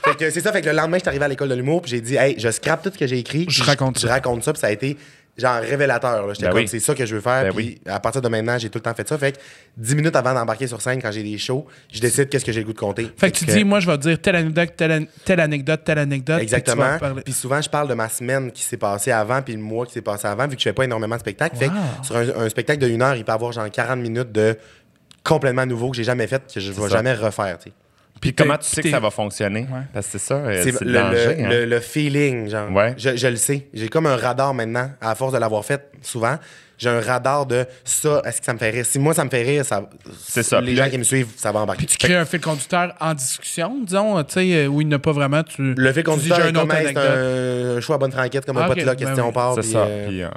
Fait que c'est ça fait que le lendemain, j'étais arrivé à l'école de l'humour, puis j'ai dit hey, je scrape tout ce que j'ai écrit, puis
raconte
je
ça.
raconte ça, puis ça a été genre révélateur là, j'étais
Ben
comme
oui.
c'est ça que je veux faire,
Ben
puis à partir de maintenant, j'ai tout le temps fait ça, fait que 10 minutes avant d'embarquer sur scène quand j'ai des shows, je décide qu'est-ce que j'ai le goût de compter.
Fait que tu dis, moi, je vais te dire telle anecdote, telle, an- telle anecdote, telle anecdote. puis tu vas
Exactement.
en parler.
Puis souvent, je parle de ma semaine qui s'est passée avant, puis le mois qui s'est passé avant, vu que je fais pas énormément de spectacles. Fait
Wow.
que sur un, un spectacle de une heure, il peut avoir genre 40 minutes de complètement nouveau que j'ai jamais fait, que je vais
ça.
jamais refaire. tu sais.
Puis
t'es-
comment tu sais que
t'es-
ça va fonctionner?
Ouais.
Parce que c'est ça, euh,
C'est
c'est le
le,
danger.
le-
hein.
le- le feeling, genre.
Ouais.
Je, je le sais. J'ai comme un radar maintenant, à force de l'avoir fait souvent. J'ai un radar de ça, est-ce que ça me fait rire? Si moi, ça me fait rire, ça,
C'est ça.
les
Puis
gens
là-
qui me suivent, ça va embarquer.
Créer un fil conducteur en discussion, disons, euh, tu sais, euh, où il n'y en a pas vraiment. Tu,
Le fait
tu
qu'on
dis,
dit
j'ai
un,
une autre anecdote.
un choix à bonne franquette, comme un
Ah, ok.
pote là,
Ben
question
oui.
part.
C'est
puis,
ça.
euh,
Puis, euh,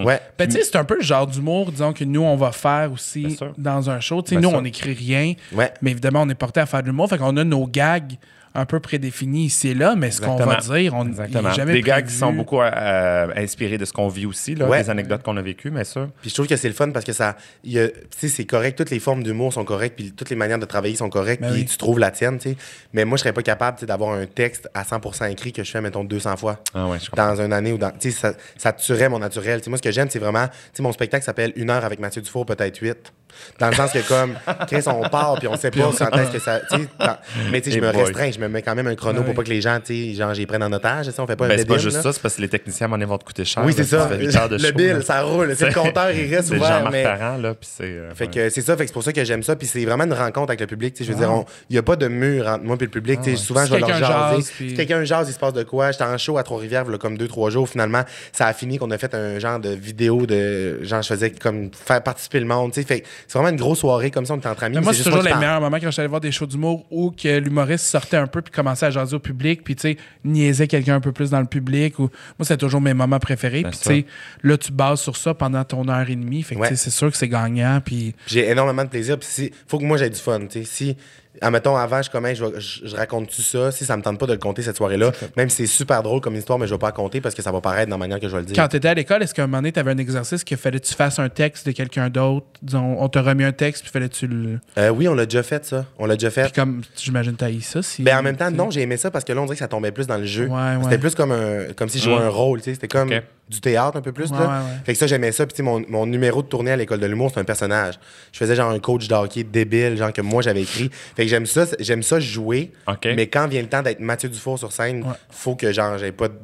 Ouais.
Ben, tu sais, c'est un peu le genre d'humour, disons, que nous, on va faire
Bien
aussi
sûr.
dans un show. Tu sais,
Bien
nous,
sûr.
on n'écrit rien,
Ouais.
mais évidemment, on est porté à faire de l'humour. Fait qu'on a nos gags un peu prédéfinis ici et là, mais ce qu'on va
Exactement.
dire, on il est
Exactement.
jamais
Des gars qui
prévu.
sont beaucoup euh, inspirés de ce qu'on vit aussi, là,
Ouais. Euh,
des anecdotes qu'on a vécues, mais sûr.
Puis je trouve que c'est le fun parce que ça. il y a- Tu sais, c'est correct, toutes les formes d'humour sont correctes, puis toutes les manières de travailler sont correctes,
Ben
puis
oui.
tu trouves la tienne, tu sais. Mais moi, je serais pas capable tu sais, d'avoir un texte à 100 écrit que je fais, mettons, 200 fois
Ah ouais, je comprends.
dans une année ou dans. Tu sais, ça, ça tuerait mon naturel. Tu sais, moi, ce que j'aime, c'est vraiment. Tu sais, mon spectacle s'appelle Une heure avec Mathieu Dufour, peut-être huit. Dans le sens que,
[laughs]
comme, Chris, on part, puis on sait pas quand est-ce que ça. tu sais, dans- Mais tu sais, je
Et
me
boy. Ah
restreins, je me mets quand même un chrono
Ben
pour
oui.
pas que les gens, tu sais, genre, j'y prenne en otage. tu sais, on fait pas un
Ben, c'est pas
bed-in,
juste
là.
ça, c'est parce que les techniciens, à mon avis, vont te coûter cher.
Oui,
là,
c'est
si tu
ça.
fais huit heures de
Le
show, là.
bill, ça roule. C'est le compteur, il reste
C'est Jean-Marc
ouvert. Mais...
Parent, là, puis c'est... euh,
Fait
ouais.
que c'est ça, fait que c'est pour ça que j'aime ça, puis c'est vraiment une rencontre avec le public. tu sais, Je veux dire, on- il n'y a pas de mur entre moi et le public. tu sais, Souvent,
Ah. Si
je vais leur
quelqu'un
jaser.
jase, puis-
Si quelqu'un jase, il se passe de quoi? J'étais en show à Trois-Rivières, là, comme deux, trois jours. Finalement, ça a fini qu'on a fait un genre de vidéo de. Genre, je faisais comme faire participer le monde. tu sais. Fait que c'est vraiment une grosse soirée comme ça, on est entre amis.
Mais
mais
moi,
c'est
c'est
juste
toujours les
qui parle.
meilleurs moments quand j'allais voir des shows d'humour où que l'humoriste sortait un peu puis commençait à jaser au public, puis tu sais, niaisait quelqu'un un peu plus dans le public. Ou... Moi, c'est toujours mes moments préférés. Puis tu sais, là, tu bases sur ça pendant ton heure et demie. Fait que
Ben, Ouais.
tu sais, c'est sûr que c'est gagnant. Puis
J'ai énormément de plaisir. Puis si, faut que moi j'aie du fun. tu sais. Si, admettons, avant, je commence, je, vais- je- je raconte tout ça. Si ça me tente pas de le compter cette soirée-là, même si c'est super drôle comme histoire, mais je vais pas la compter parce que ça va paraître dans la manière que je vais le dire.
quand tu étais à l'école, est-ce qu'à un moment donné, tu avais un exercice que fallait que tu fasses un texte de quelqu'un d'autre? Disons, on te remis un texte, puis fallait que tu le.
Euh, oui, on l'a déjà fait, ça. On l'a déjà fait.
Puis comme, j'imagine, t'as eu ça. Si...
Ben, en même temps, non, j'ai aimé ça parce que là, on dirait que ça tombait plus dans le jeu.
Ouais, ouais. Hum.
C'était plus comme, un, comme si je jouais
Mm.
un rôle, tu sais. C'était comme
Ok.
du théâtre un peu plus.
Ouais,
là.
ouais, ouais.
Fait que ça, j'aimais ça. Puis, tu sais, mon, mon numéro de tournée à l'école de l'humour, c'est un personnage. Je faisais genre un coach d'hockey débile, genre que moi, j'avais écrit. Fait que j'aime ça, c'est- j'aime ça jouer.
Ok.
Mais quand vient le temps d'être Mathieu Dufour sur scène, faut que genre, j'ai pas de,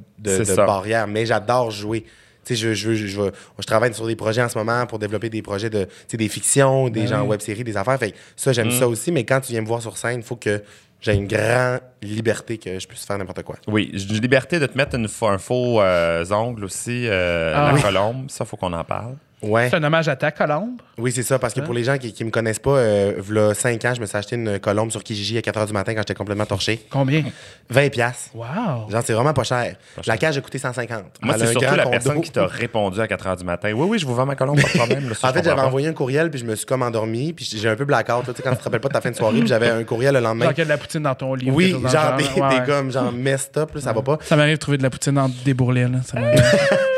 C'est
de
ça.
barrière. Mais j'adore jouer. Tu sais, je, je, je, je, je travaille sur des projets en ce moment pour développer des projets de, tu sais, des fictions,
Ben
des gens web-séries, des affaires. Fait que ça, j'aime
Mm.
ça aussi, mais quand tu viens me voir sur scène, il faut que j'ai une grande liberté que je puisse faire n'importe quoi.
Oui, j'ai une liberté de te mettre une, fa- un faux euh, ongle aussi, euh,
Ah
la
oui.
colombe. Ça, faut qu'on en parle.
Ouais.
C'est un hommage à ta colombe.
Oui, c'est ça, parce que pour les gens qui, qui me connaissent pas, euh, v'là 5 ans, je me suis acheté une colombe sur Kijiji à 4 h du matin quand j'étais complètement torché. [laughs]
Combien?
20 piastres.
Wow!
Genre, c'est vraiment pas cher. La cage a coûté 150.
Moi,
Elle
c'est
a un
surtout
grand
la
condo.
personne qui t'a répondu à 4 h du matin. Oui, oui, je vous vends ma colombe, pas de problème. là, ça,
[laughs] En
je
fait, j'avais
comprends pas.
envoyé un courriel, puis je me suis comme endormi, puis j'ai un peu blackout. Là, tu sais, quand tu te rappelles pas de ta fin de soirée, puis j'avais un courriel le lendemain.
Genre qu'il y a de la poutine dans ton lit. ou
Oui,
quelque chose dans
genre,
le
des,
Ouais,
des
ouais.
gommes, genre messed up, là, ça va pas.
Ça m'arrive de trouver de la poutine dans des bourrelets, là.
Hein?
Ça m'arrive.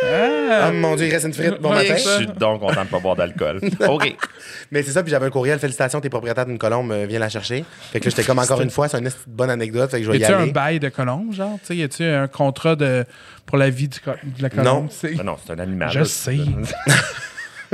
Euh,
Ah, mon Dieu, il reste une frite, bon
Ouais,
matin.
Je suis donc content de pas boire d'alcool.
[laughs]
OK.
Mais c'est ça, puis j'avais un courriel, félicitations, t'es propriétaire d'une colombe, euh, viens la chercher. Fait que là, j'étais comme encore une fois, c'est une esti de bonne anecdote, fait que je vais
Y
y
a-tu un
aller.
bail de colombe, genre? Tu sais, y a-tu un contrat de, pour la vie du co- de la colombe?
Non.
tu sais?
Ben non, c'est un animal.
Je
là.
sais.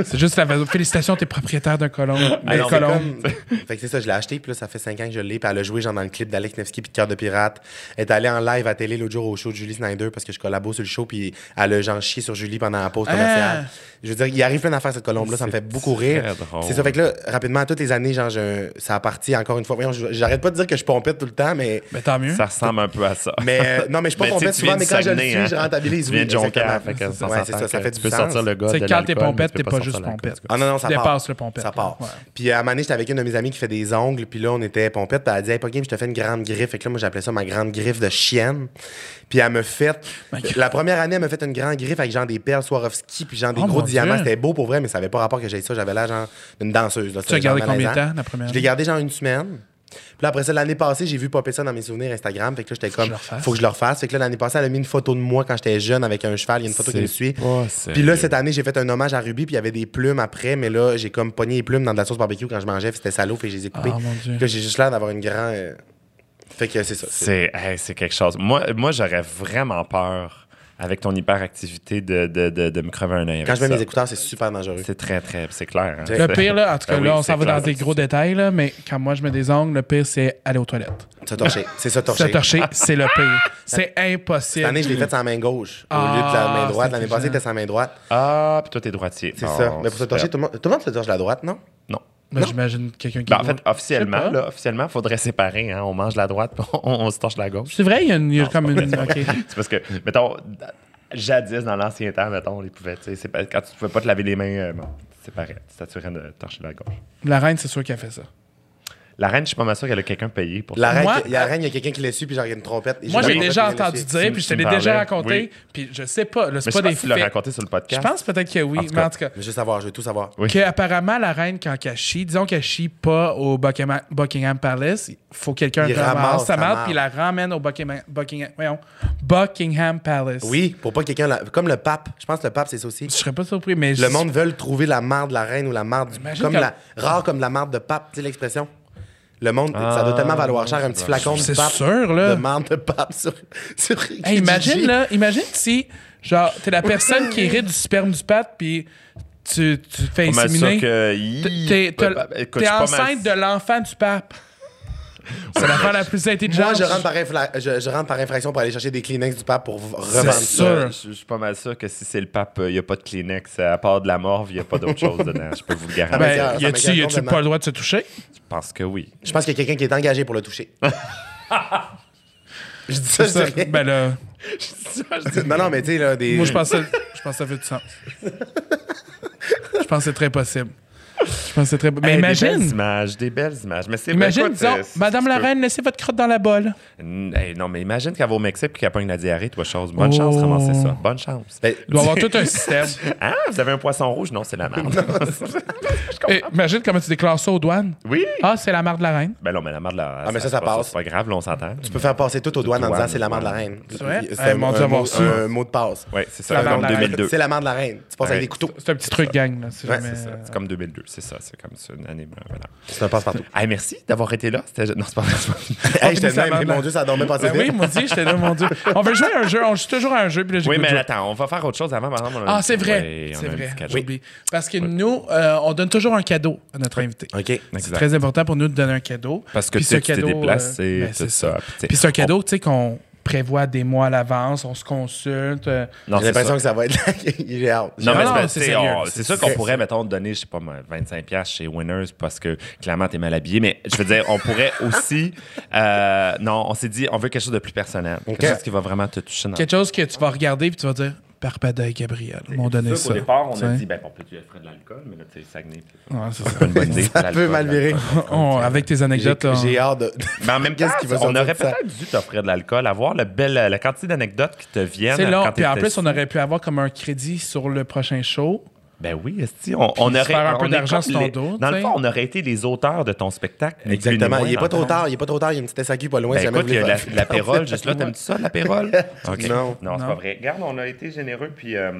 C'est juste la façon. Félicitations, t'es propriétaire
[laughs]
d'un
Ben
colombe.
Mais
Des
c'est
colombes.
comme- Fait que c'est ça, je l'ai acheté, puis là, ça fait 5 ans que je l'ai, puis elle a joué genre dans le clip d'Alex Nevsky puis de Cœur de Pirate. Elle est allée en live à télé l'autre jour au show de Julie Snyder parce que je collabo sur le show, puis elle a genre chié sur Julie pendant la pause commerciale.
Ah.
Je veux dire, il arrive plein d'affaires cette colombe-là, ça me fait beaucoup rire.
très drôle.
C'est ça, fait que là, rapidement, toutes les années, genre, je- ça a parti encore une fois. Voyons, je- j'arrête pas de dire que je pompette tout le temps, mais.
Mais Ben, tant mieux.
Ça ressemble un peu à ça.
Mm-hmm. Mais
[laughs]
euh, non, mais je suis pas
tu sais,
pompette
tu
souvent,
viens
mais
du
quand je le
Saguenay,
suis,
hein.
je rentre à Billy
Tu viens de Jonquière, fait
exactement.
que ça
Ouais,
s'entend
c'est ça, ça
que
fait du
Tu peux
sens.
sortir le gars
Tu sais,
de
quand t'es
l'alcool, mais
pompette,
tu
t'es
peux
pas juste
sortir
pompette.
l'alcool.
Ah non, non,
Tu
ça part.
dépasses le pompette,
Ça part.
ouais.
Puis à un moment donné, j'étais avec une de mes amies qui fait des ongles, puis là, on était pompette, puis elle a dit, hey, pas game, je te fais une grande griffe. Fait que là, moi, j'appelais ça ma grande griffe de chienne. Puis elle me fait. La première année, elle m'a fait une grande griffe avec genre des perles Swarovski, puis genre des
Oh,
gros
mon
diamants.
Dieu.
C'était beau pour vrai, mais ça avait pas rapport que j'aille ça. J'avais l'air genre d'une danseuse. là.
Tu as
C'était genre
gardé combien de
malaisant.
temps, la première
Je l'ai
année?
gardé genre une semaine. Puis là, après ça, l'année passée, j'ai vu popper ça dans mes souvenirs Instagram. Fait que là, j'étais
je
comme,
le refasse.
faut que je le refasse. Fait que là, l'année passée, elle a mis une photo de moi quand j'étais jeune avec un cheval. Il y a une photo qui me
C'est
suit.
pas
Puis
sérieux.
là, cette année, j'ai fait un hommage à Ruby, puis il y avait des plumes après, mais là, j'ai comme pogné les plumes dans de la sauce barbecue quand je mangeais, puis c'était salaud, fait que je les ai coupées.
Ah, mon Dieu.
Puis là, j'ai juste l'air d'avoir une grande. euh, Fait que c'est ça. c'est-
C'est hey, c'est quelque chose. Moi, moi j'aurais vraiment peur, avec ton hyperactivité, de, de, de, de me crever un œil.
Quand
avec
je mets
ça.
mes écouteurs, c'est super dangereux.
C'est très, très. C'est clair. hein.
Le pire, là, en tout cas,
Ben oui,
là, on
c'est
s'en va
clair.
dans des gros détails, là, mais quand moi je mets des ongles, le pire, c'est aller aux toilettes.
Ça torché. C'est ça
Se
[laughs]
torché.
torcher, c'est le pire. C'est impossible.
Cette année, je l'ai fait sans main gauche au
Ah,
lieu de la main droite.
c'est
L'année passée,
intelligent.
c'était sans main droite.
Ah, puis toi, t'es droitier.
C'est
Bon,
ça. Mais pour se
super.
torcher, tout le monde, tout le monde se torche la droite, non?
Non.
Ben, J'imagine quelqu'un qui.
Ben, en
boit.
fait, officiellement,
Je sais pas.
là, officiellement, faudrait séparer. hein. On mange la droite, [laughs] puis on, on se torche la gauche.
C'est vrai, il y a, une- il y a comme une. ok.
C'est parce que, mettons, jadis, dans l'ancien temps, mettons, on les pouvait, tu sais, c'est pas- quand tu pouvais pas te laver les mains, euh, bon, c'est pareil, tu t'assurais de torcher la gauche.
La reine, c'est sûr qu'elle fait ça.
La reine, je suis pas mal sûr qu'elle a quelqu'un payé pour
La
ça.
reine,
Moi-
il y a la reine, il y a quelqu'un qui le suit, puis genre, il y a une trompette. Et
Moi,
la
j'ai
trompette,
déjà
il le
entendu
suit.
dire,
tu
puis je
me
te l'ai déjà
parlais,
raconté,
oui.
puis je sais pas,
Mais
là, c'est
je sais
pas
pas
des
si tu l'as
faits.
raconté sur le podcast.
Je pense peut-être que oui,
En tout
mais
cas.
en tout cas.
Je veux savoir, je veux tout savoir.
Oui.
Que apparemment la reine, quand elle chie, disons qu'elle chie pas au Buckingham, Buckingham Palace, il faut que quelqu'un
Il
ramasse
ramasse
sa
la
marde
marde.
puis la ramène au Buckingham, Buckingham, voyons, Buckingham Palace.
Oui, pour pas que quelqu'un. la- Comme le pape. Je pense que le pape, c'est ça aussi.
Je serais pas surpris, mais
Le monde veut trouver la marde de la reine ou la marde du.
Imagine
Comme
quand-
la, rare comme la marde de pape, tu sais l'expression? Le monde, ça doit tellement valoir cher un petit flacon de
C'est
pape.
sûr, là.
De marde de pape sur. [laughs] sur
Hey, imagine
Kijiji.
là, imagine si genre t'es la personne
[laughs]
qui hérite du sperme du pape puis tu, tu te fais
Pas mal sûr
inséminer.
que-
T'es- T'es
Bah,
t'es-
bah, écoute, je suis
t'es
pas mal-
enceinte de l'enfant du pape. C'est l'affaire la plus intelligente.
Moi, je rentre, par infla- je, je rentre par infraction pour aller chercher des Kleenex du pape pour v-
Je
revendre
suis
ça.
sûr.
pas- Je je suis pas mal sûr que si c'est le pape, euh, il n'y a pas de Kleenex. euh, À part de la morve, il n'y a pas d'autre chose dedans. Je peux vous le garantir.
Ben, Ça
Ben, y a-tu
m'égale
y a-tu
complètement.
pas le droit de se
[laughs]
toucher?
Je pense que
[laughs]
oui.
Je pense qu'il y a quelqu'un qui est engagé pour le [laughs] toucher. je dis ça, je dis rien.
Ben là,
Non, non, mais tu sais, là, des.
moi, je pense, que, je pense que ça fait du sens. Je pense que c'est très possible. Je pense que c'est très... Mais
Hey, Des belles
imagine,
images, des belles images. Mais c'est
imagine,
écoute,
disons,
euh, si
Madame
tu
la
peux-
Reine, laissez votre crotte dans
[laughs]
la bolle.
N- hey, non, mais imagine qu'elle va au Mexique et qu'elle pogne la diarrhée, toi, chose. Bonne chance
Oh.
de ramasser ça. Bonne chance.
Ben,
Il doit y avoir tout un système.
[laughs] Ah, vous avez un poisson rouge? Non, c'est la marde.
Et imagine comment tu déclares ça aux douanes.
oui?
Ah, c'est la mare de la Reine.
Ben non, mais la marde, là,
Ah, mais ça, ça
c'est pas-
passe.
C'est pas grave, là, on s'entend.
Tu peux faire passer tout aux douanes en
Douane,
disant c'est la mère de la
ouais.
reine. C'est
vrai? Eh,
un,
mon Dieu,
un
avoir
mot,
su.
un mot de passe.
Oui, c'est ça,
La marde
comme
de la reine.
2002.
C'est la mère de la reine. Tu passes
Ouais.
avec des couteaux.
C'est un petit truc gang, là, si
Ouais,
jamais...
c'est
Ça, C'est comme 2002, c'est ça. C'est comme ça, une année. ben, Voilà.
C'est un passe-partout.
Hey, merci d'avoir été là. C'était- Non, c'est pas vrai. c'est pas vrai.
hey, Ah, je te
finit sa
demande,
marde.
mais mon Dieu, ça a dormi passé
Ben oui, moi aussi, j'étais là, mon Dieu. On veut jouer à un jeu, on joue toujours à un jeu, puis là, j'ai
Oui,
goût de
mais
jouer.
attends, on va faire autre chose avant. par exemple, on a un
Ah, c'est
petit-
vrai.
ouais, on
c'est
a un
vrai.
petit cadeau.
J'oublie. Parce que nous, euh, on donne toujours un cadeau à notre invité.
[laughs] OK.
C'est
Exact.
très important pour nous de donner un cadeau.
Parce que
Puis
tu sais,
ce
tu t'es
cadeau,
déplacé,
ben,
tout
c'est
ça. Puis, tu sais,
Puis c'est un cadeau, tu sais, qu'on prévoit des mois à l'avance, on se consulte. euh,
Non,
J'ai
c'est ça.
l'impression que ça va être [laughs] là. Il est out.
Non,
Non,
mais
non,
c'est pas-
c'est
tu sais,
sérieux.
on-
C'est
c'est sûr
sérieux.
qu'on pourrait, mettons, donner, je sais pas, moi, 25$ chez Winners parce que clairement, t'es mal habillé. Mais je veux dire, on
[laughs]
pourrait aussi. euh, non, on s'est dit, on veut quelque chose de plus personnel. Quelque chose qui va vraiment te toucher dans
Quelque chose que tu vas regarder puis tu vas dire Parpada et Gabriel m'ont donné
Sûr qu'au
ça.
départ, on
Tu
a
sais.
dit, ben, on peut tu ferais de l'alcool, mais là, tu sais, Saguenay. c'est
Ouais, c'est ça.
pas une bonne idée.
Ça peut
l'alcool,
mal
l'alcool.
virer.
[laughs] On- avec tes
J'ai
anecdotes, on-
j'ai hâte de. [laughs]
Mais en même temps,
Qu'est-ce qui va
Ah, on
sortir
aurait
de ça?
peut-être dû t'offrir de l'alcool, avoir le bel, la quantité d'anecdotes qui te viennent.
c'est
quand
long. Puis en
t'étais
plus, on
sous.
aurait pu avoir comme un crédit sur le prochain show.
Ben oui, esti, on, on aurait.
faire un peu
on est
d'argent
comme
sur ton
les-
dos,
Dans le
t'sais.
fond, on aurait été les auteurs de ton spectacle. ni plus ni moins,
Exactement. Il est
dans
pas
le
trop
fond.
tard. Il est pas trop tard. Il y a une petite SAQ pas loin.
Ben
si jamais
écoute,
vous
il y a
voulez
la-
faire- [laughs]
l'apérole, juste là, t'aimes-tu ça, l'apérole? OK.
Non.
Non, c'est
Non.
pas vrai. Regarde, on a été généreux, puis...
[laughs]
euh,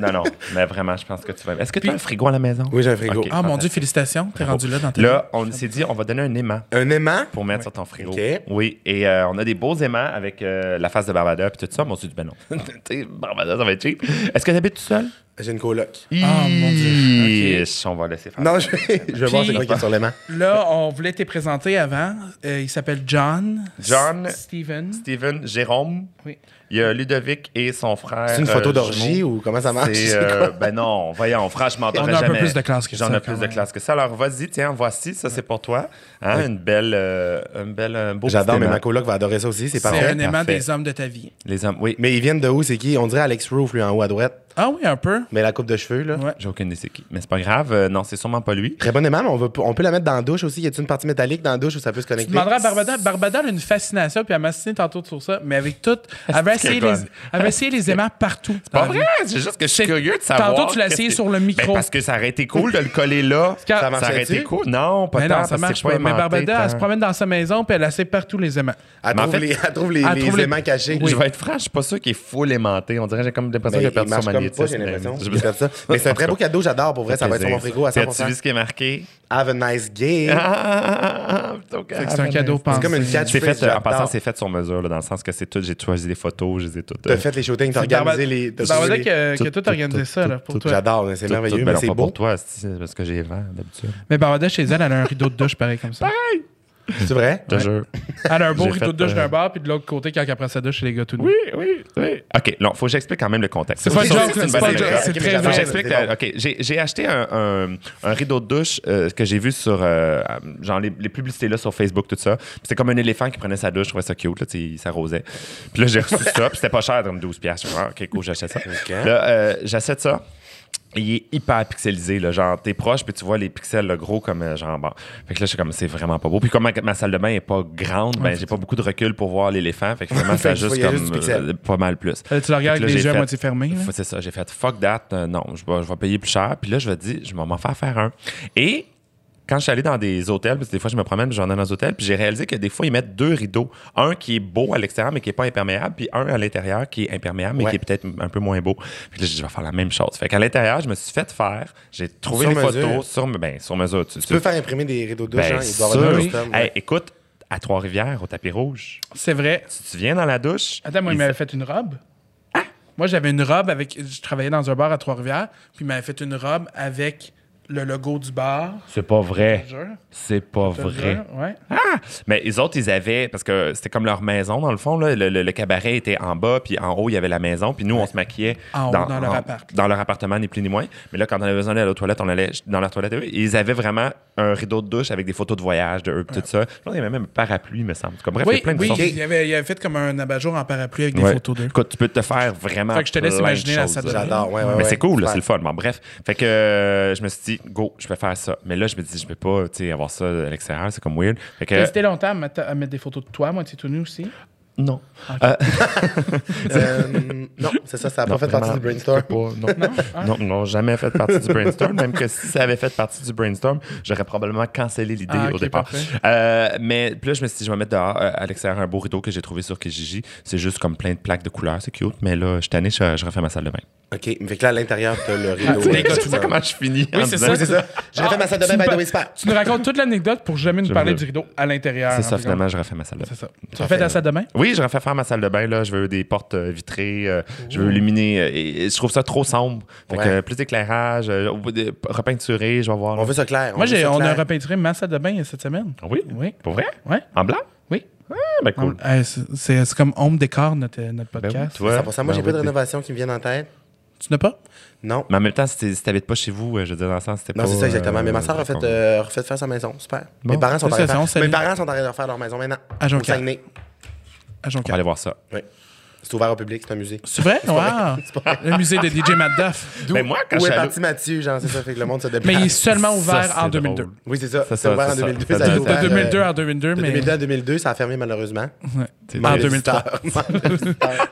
non, non, mais vraiment, je pense que tu vas... Est-ce que tu as
Puis-
un frigo à la maison?
Oui, j'ai un frigo.
OK,
Ah mon Dieu,
fantastique.
félicitations. T'es rendu là dans ta
Oh. Là, on s'est dit, on va donner un aimant
[laughs] Un aimant.
pour mettre sur ton frigo.
OK.
Oui, et euh, on a des beaux aimants avec euh, la face de Barbada, puis tout ça. Mon Dieu, ben non.
[laughs]
[laughs] tu sais, Barbada, ça va être cheap. Est-ce que t'habites tout seul?
J'ai une coloc.
Ah, mon Dieu.
Ish, On va laisser faire.
Non, je vais, je vais voir c'est quoi qui est sur l'aimant.
Là, on voulait te présenter avant. Euh, il s'appelle John.
John.
S- Steven.
Steven, Jérôme,
Oui.
il y a Ludovic et son frère.
C'est une photo
euh,
d'orgie
jumeau.
ou comment ça marche?
C'est,
[laughs] C'est
euh,
quoi?
ben non, voyons, franchement,
On
t'aurais
a un peu
jamais-
plus de classe que
J'en
ça,
ai
quand
plus de
même.
classe que ça. Alors vas-y, tiens, voici, ça c'est pour toi. Hein, Une belle, euh, un bel, un beau.
J'adore,
petit
mais
aimant.
ma coloc va adorer ça aussi. C'est
C'est
parfait.
un aimant
parfait.
des hommes de ta vie.
Les hommes, oui, mais
Mais ils viennent de où, c'est qui? On dirait Alex Roof, lui, en haut à droite.
Ah oui, un peu.
Mais la coupe de cheveux, là.
Ouais.
j'ai aucune idée c'est qui. Mais c'est pas grave, euh, non, c'est sûrement pas lui.
Très bon aimant, mais on, va- on peut la mettre dans la douche aussi. Y a-t-il une partie métallique dans la douche où ça peut se
Tu
connecter?
demanderas à Barbada. Barbada a une fascination, puis elle m'a assassiné tantôt sur ça, mais avec tout. Elle va essayer
qu'elle
les,
est bonne.
elle va essayer les aimants partout.
Pas
dans la
vrai,
vie.
c'est juste que je
C'est-
suis curieux de savoir.
Tantôt, tu l'as essayé
qu'est-ce que-
sur le micro.
Ben, parce que ça aurait été cool de le coller là.
quand-
ça aurait
marchait-tu?
été cool. Non, pas
Mais
tant,
Ben non,
parce
ça
que
marche
c'est pas
pas. Mais
aimanté
Barbada, elle se
tant.
promène dans sa maison, puis elle essaie partout les aimants.
Elle
Mais en
trouve,
fait-
les, elle trouve les,
elle
les
trouve les-
aimants cachés.
Je vais être franc, je suis pas sûr qu'il est full aimanté. On dirait j'ai comme l'impression
Mais
qu'il a perdu
il
son
marche comme
magnétisme.
pas, j'ai l'impression.
Je-
J'ai perdu ça. Mais c'est un
En [laughs]
très
tout
beau cadeau, j'adore pour vrai. Ça va être sur mon
plaisir.
frigo à
Puis, as-tu vu
100%.
ce qui est marqué?
Have a nice gay.
Ah, ah, ah, ah, plutôt que-
Fait que c'est un cadeau pensé.
C'est comme
[laughs]
une
C'est
catchphrase.
fait, euh, en
j'adore.
passant, c'est fait sur mesure, là, dans le sens que c'est tout, j'ai choisi les photos, je les ai toutes.
T'as
euh,
fait les shootings, t'as
C'est Barbada-
organisé les. t'as
Barbada
joué les-
qui a, qui a
tout,
tout organisé
tout,
ça,
tout,
là, pour
tout,
toi.
J'adore, mais c'est
toutes, toutes,
merveilleux,
ben
mais
non,
c'est
pas
beau.
pour toi, c'est parce que j'ai vent d'habitude. [laughs]
Mais Barbada, chez elle, elle a un rideau de douche pareil comme ça.
C'est vrai?
Je te jure.
Elle a un beau
J'ai
rideau de
fait,
douche
euh,
d'un bar, puis de l'autre côté, quand après sa douche, c'est les gars tout nus.
Oui, oui, oui. OK, non, faut que j'explique quand même le contexte.
C'est pas
Oui,
une joke,
ça,
c'est
une
pas
bonne
une joke,
anecdote.
c'est
Ok,
très
mais
vrai.
J'explique. euh, la- OK, j'ai j'ai acheté un, un- un rideau de douche euh, que j'ai vu sur euh, genre les, les publicités là sur Facebook, tout ça. Puis C'était comme un éléphant qui prenait sa douche, je trouvais ça cute, là, tu sais, il s'arrosait. Puis là, j'ai reçu ça, puis c'était pas cher, comme 12 piastres. Je fais, ah, OK, cool, j'achète ça. Là, euh, j'achète ça. Il est hyper pixelisé, là. Genre, t'es proche, puis tu vois les pixels, là, gros comme euh, genre, bon. Fait que là, je suis comme, c'est vraiment pas beau. Puis comme ma, ma salle de bain est pas grande, ben, j'ai pas beaucoup de recul pour voir l'éléphant. Fait que finalement, ça a
Fait que tu
juste
vois, il y a
comme
juste du pixel.
euh, pas mal plus.
Euh, tu la
Fait
regardes
que
avec
là,
les
j'ai
yeux à
fait-
moitié fermés, là.
F- C'est ça, j'ai fait fuck that, euh, non, je vais, je vais payer plus cher. Puis là, je me dis, je vais m'en faire faire un. Et quand je suis allé dans des hôtels, parce que des fois, je me promène, puis j'en ai dans des hôtels, puis j'ai réalisé que des fois, ils mettent deux rideaux. Un qui est beau à l'extérieur, mais qui n'est pas imperméable, puis un à l'intérieur qui est imperméable, mais
Ouais.
qui est peut-être un peu moins beau. Puis là, j'ai dit, je vais faire la même chose. Fait qu'à l'intérieur, je me suis fait faire, j'ai trouvé
Sur
les
mesure.
photos sur, ben, sur mesure. Tu,
Tu peux faire imprimer des rideaux de douche, hein?
ben,
Il doit y avoir
sûr.
des custom.
Hey, écoute, à Trois-Rivières, au tapis rouge,
C'est vrai.
si tu viens dans la douche.
Attends, moi, il
ils-
m'avait fait une robe. Moi, j'avais une robe avec. Je travaillais dans un bar à Trois-Rivières, puis il m'avait fait une robe avec le logo du bar.
C'est pas vrai.
Je te jure.
C'est pas
Je te
vrai.
jure, Ouais.
Ah! Mais les autres, ils avaient, parce que c'était comme leur maison, dans le fond, là. Le, le- le cabaret était en bas, puis en haut, il y avait la maison, puis nous, on se maquillait
En haut, dans leur appart.
dans leur appartement, ni plus ni moins. Mais là, quand on avait besoin d'aller aux toilettes, on allait dans leur toilette. Et ils avaient vraiment un rideau de douche avec des photos de voyage de eux, puis tout ça. Je pense qu'il y avait même un parapluie, me semble. En tout cas, bref, il y
Oui,
a plein de
oui,
sortes.
il, avait, il avait fait comme un abat-jour en parapluie avec des
Ouais. Euh,
photos d'eux.
Écoute, tu peux te faire vraiment.
Fait que je te laisse
plein de
imaginer la
choses,
salle de
là.
bain.
J'adore, ouais, ouais.
Mais
ouais.
c'est cool, là,
Super.
c'est le fun. Bon, bref. Fait que euh, je me suis dit, go, je vais faire ça. Mais là, je me dis, je peux pas tu sais, avoir ça à l'extérieur, c'est comme weird. Fait que,
T'as hésité longtemps à mettre, à mettre des photos de toi, moitié tout nu aussi.
non.
Euh, [laughs] non, c'est ça, ça n'a pas fait partie du brainstorm.
Non, non, non, jamais fait partie du brainstorm. Même
[laughs]
que si ça avait fait partie du brainstorm, j'aurais probablement cancellé l'idée
Ah,
au
ok,
départ.
parfait.
Euh, mais puis là, je me suis dit, je vais mettre dehors, euh, à l'extérieur, un beau rideau que j'ai trouvé sur Kijiji. C'est juste comme plein de plaques de couleurs, c'est cute. Mais là, je année, je, je refais ma salle de bain.
[laughs] OK, mais fait que là, à l'intérieur, t'as le rideau.
Tu
Ouais,
sais
c'est ça.
comment je finis. en
c'est
disant-
ça.
Oui, c'est ça. J'ai refait ma salle de bain,
Ah, Tu
by
me
the
par-
way, c'est pas-
Tu nous racontes toute l'anecdote pour jamais nous parler
veux.
du rideau à l'intérieur.
C'est
en
ça,
fait.
finalement, je refais ma salle de bain.
C'est ça. Tu refais ta salle de bain?
Oui, je refais faire ma salle de bain. Là. Je veux des portes euh, vitrées, euh, je veux illuminer. euh, et- et je trouve ça trop sombre. Fait que,
Ouais.
euh, plus d'éclairage, euh, euh, repeinturé, je vais voir.
On veut ça clair.
Moi, j'ai-
veut ça
on a
clair.
repeinturé ma salle de bain cette semaine.
Ah Oui?
Oui.
Pour vrai?
Ouais.
En blanc?
Oui.
Ah, ben cool.
Hey, c'est- C'est c'est comme Home Décor, notre, notre
Ben oui,
podcast.
tu vois.
C'est pour ça, moi,
Ben
j'ai pas de
oui, t'es-
rénovation qui me vient en tête.
tu n'as pas?
Non.
Mais en même temps, si t'es- si t'habites pas chez vous, euh, je veux dire, dans le sens, c'était pas.
Non, c'est ça, exactement. Mais ma soeur
sœur
a fait, euh, a refait faire sa maison. Super.
Bon.
Mes parents sont
C'est ça,
en train de
c'est on
faire.
s'allie.
Mes parents sont en train de refaire leur maison maintenant.
À
Au
Jonquière.
Saguenay.
À
On va
Jonquière.
aller voir ça.
Oui. C'est ouvert au public, c'est un
Ah,
musée.
C'est vrai? Wow. Le musée de DJ Mad Duff.
Mais moi, quand
Où
je
est
suis allé-
parti Mathieu, genre, c'est ça, fait que le monde se déplace.
Mais il est seulement ouvert
Ça,
en
c'est
2002.
drôle. Ben
Oui, c'est ça.
C'est
C'est
ça,
ouvert en
c'est ça.
2002.
De-
ça a
de
ouvert,
De
euh,
2002 en 2002,
De
mais
2002 à 2002, ça a fermé malheureusement.
Ouais.
C'est
en
des
2003. [laughs]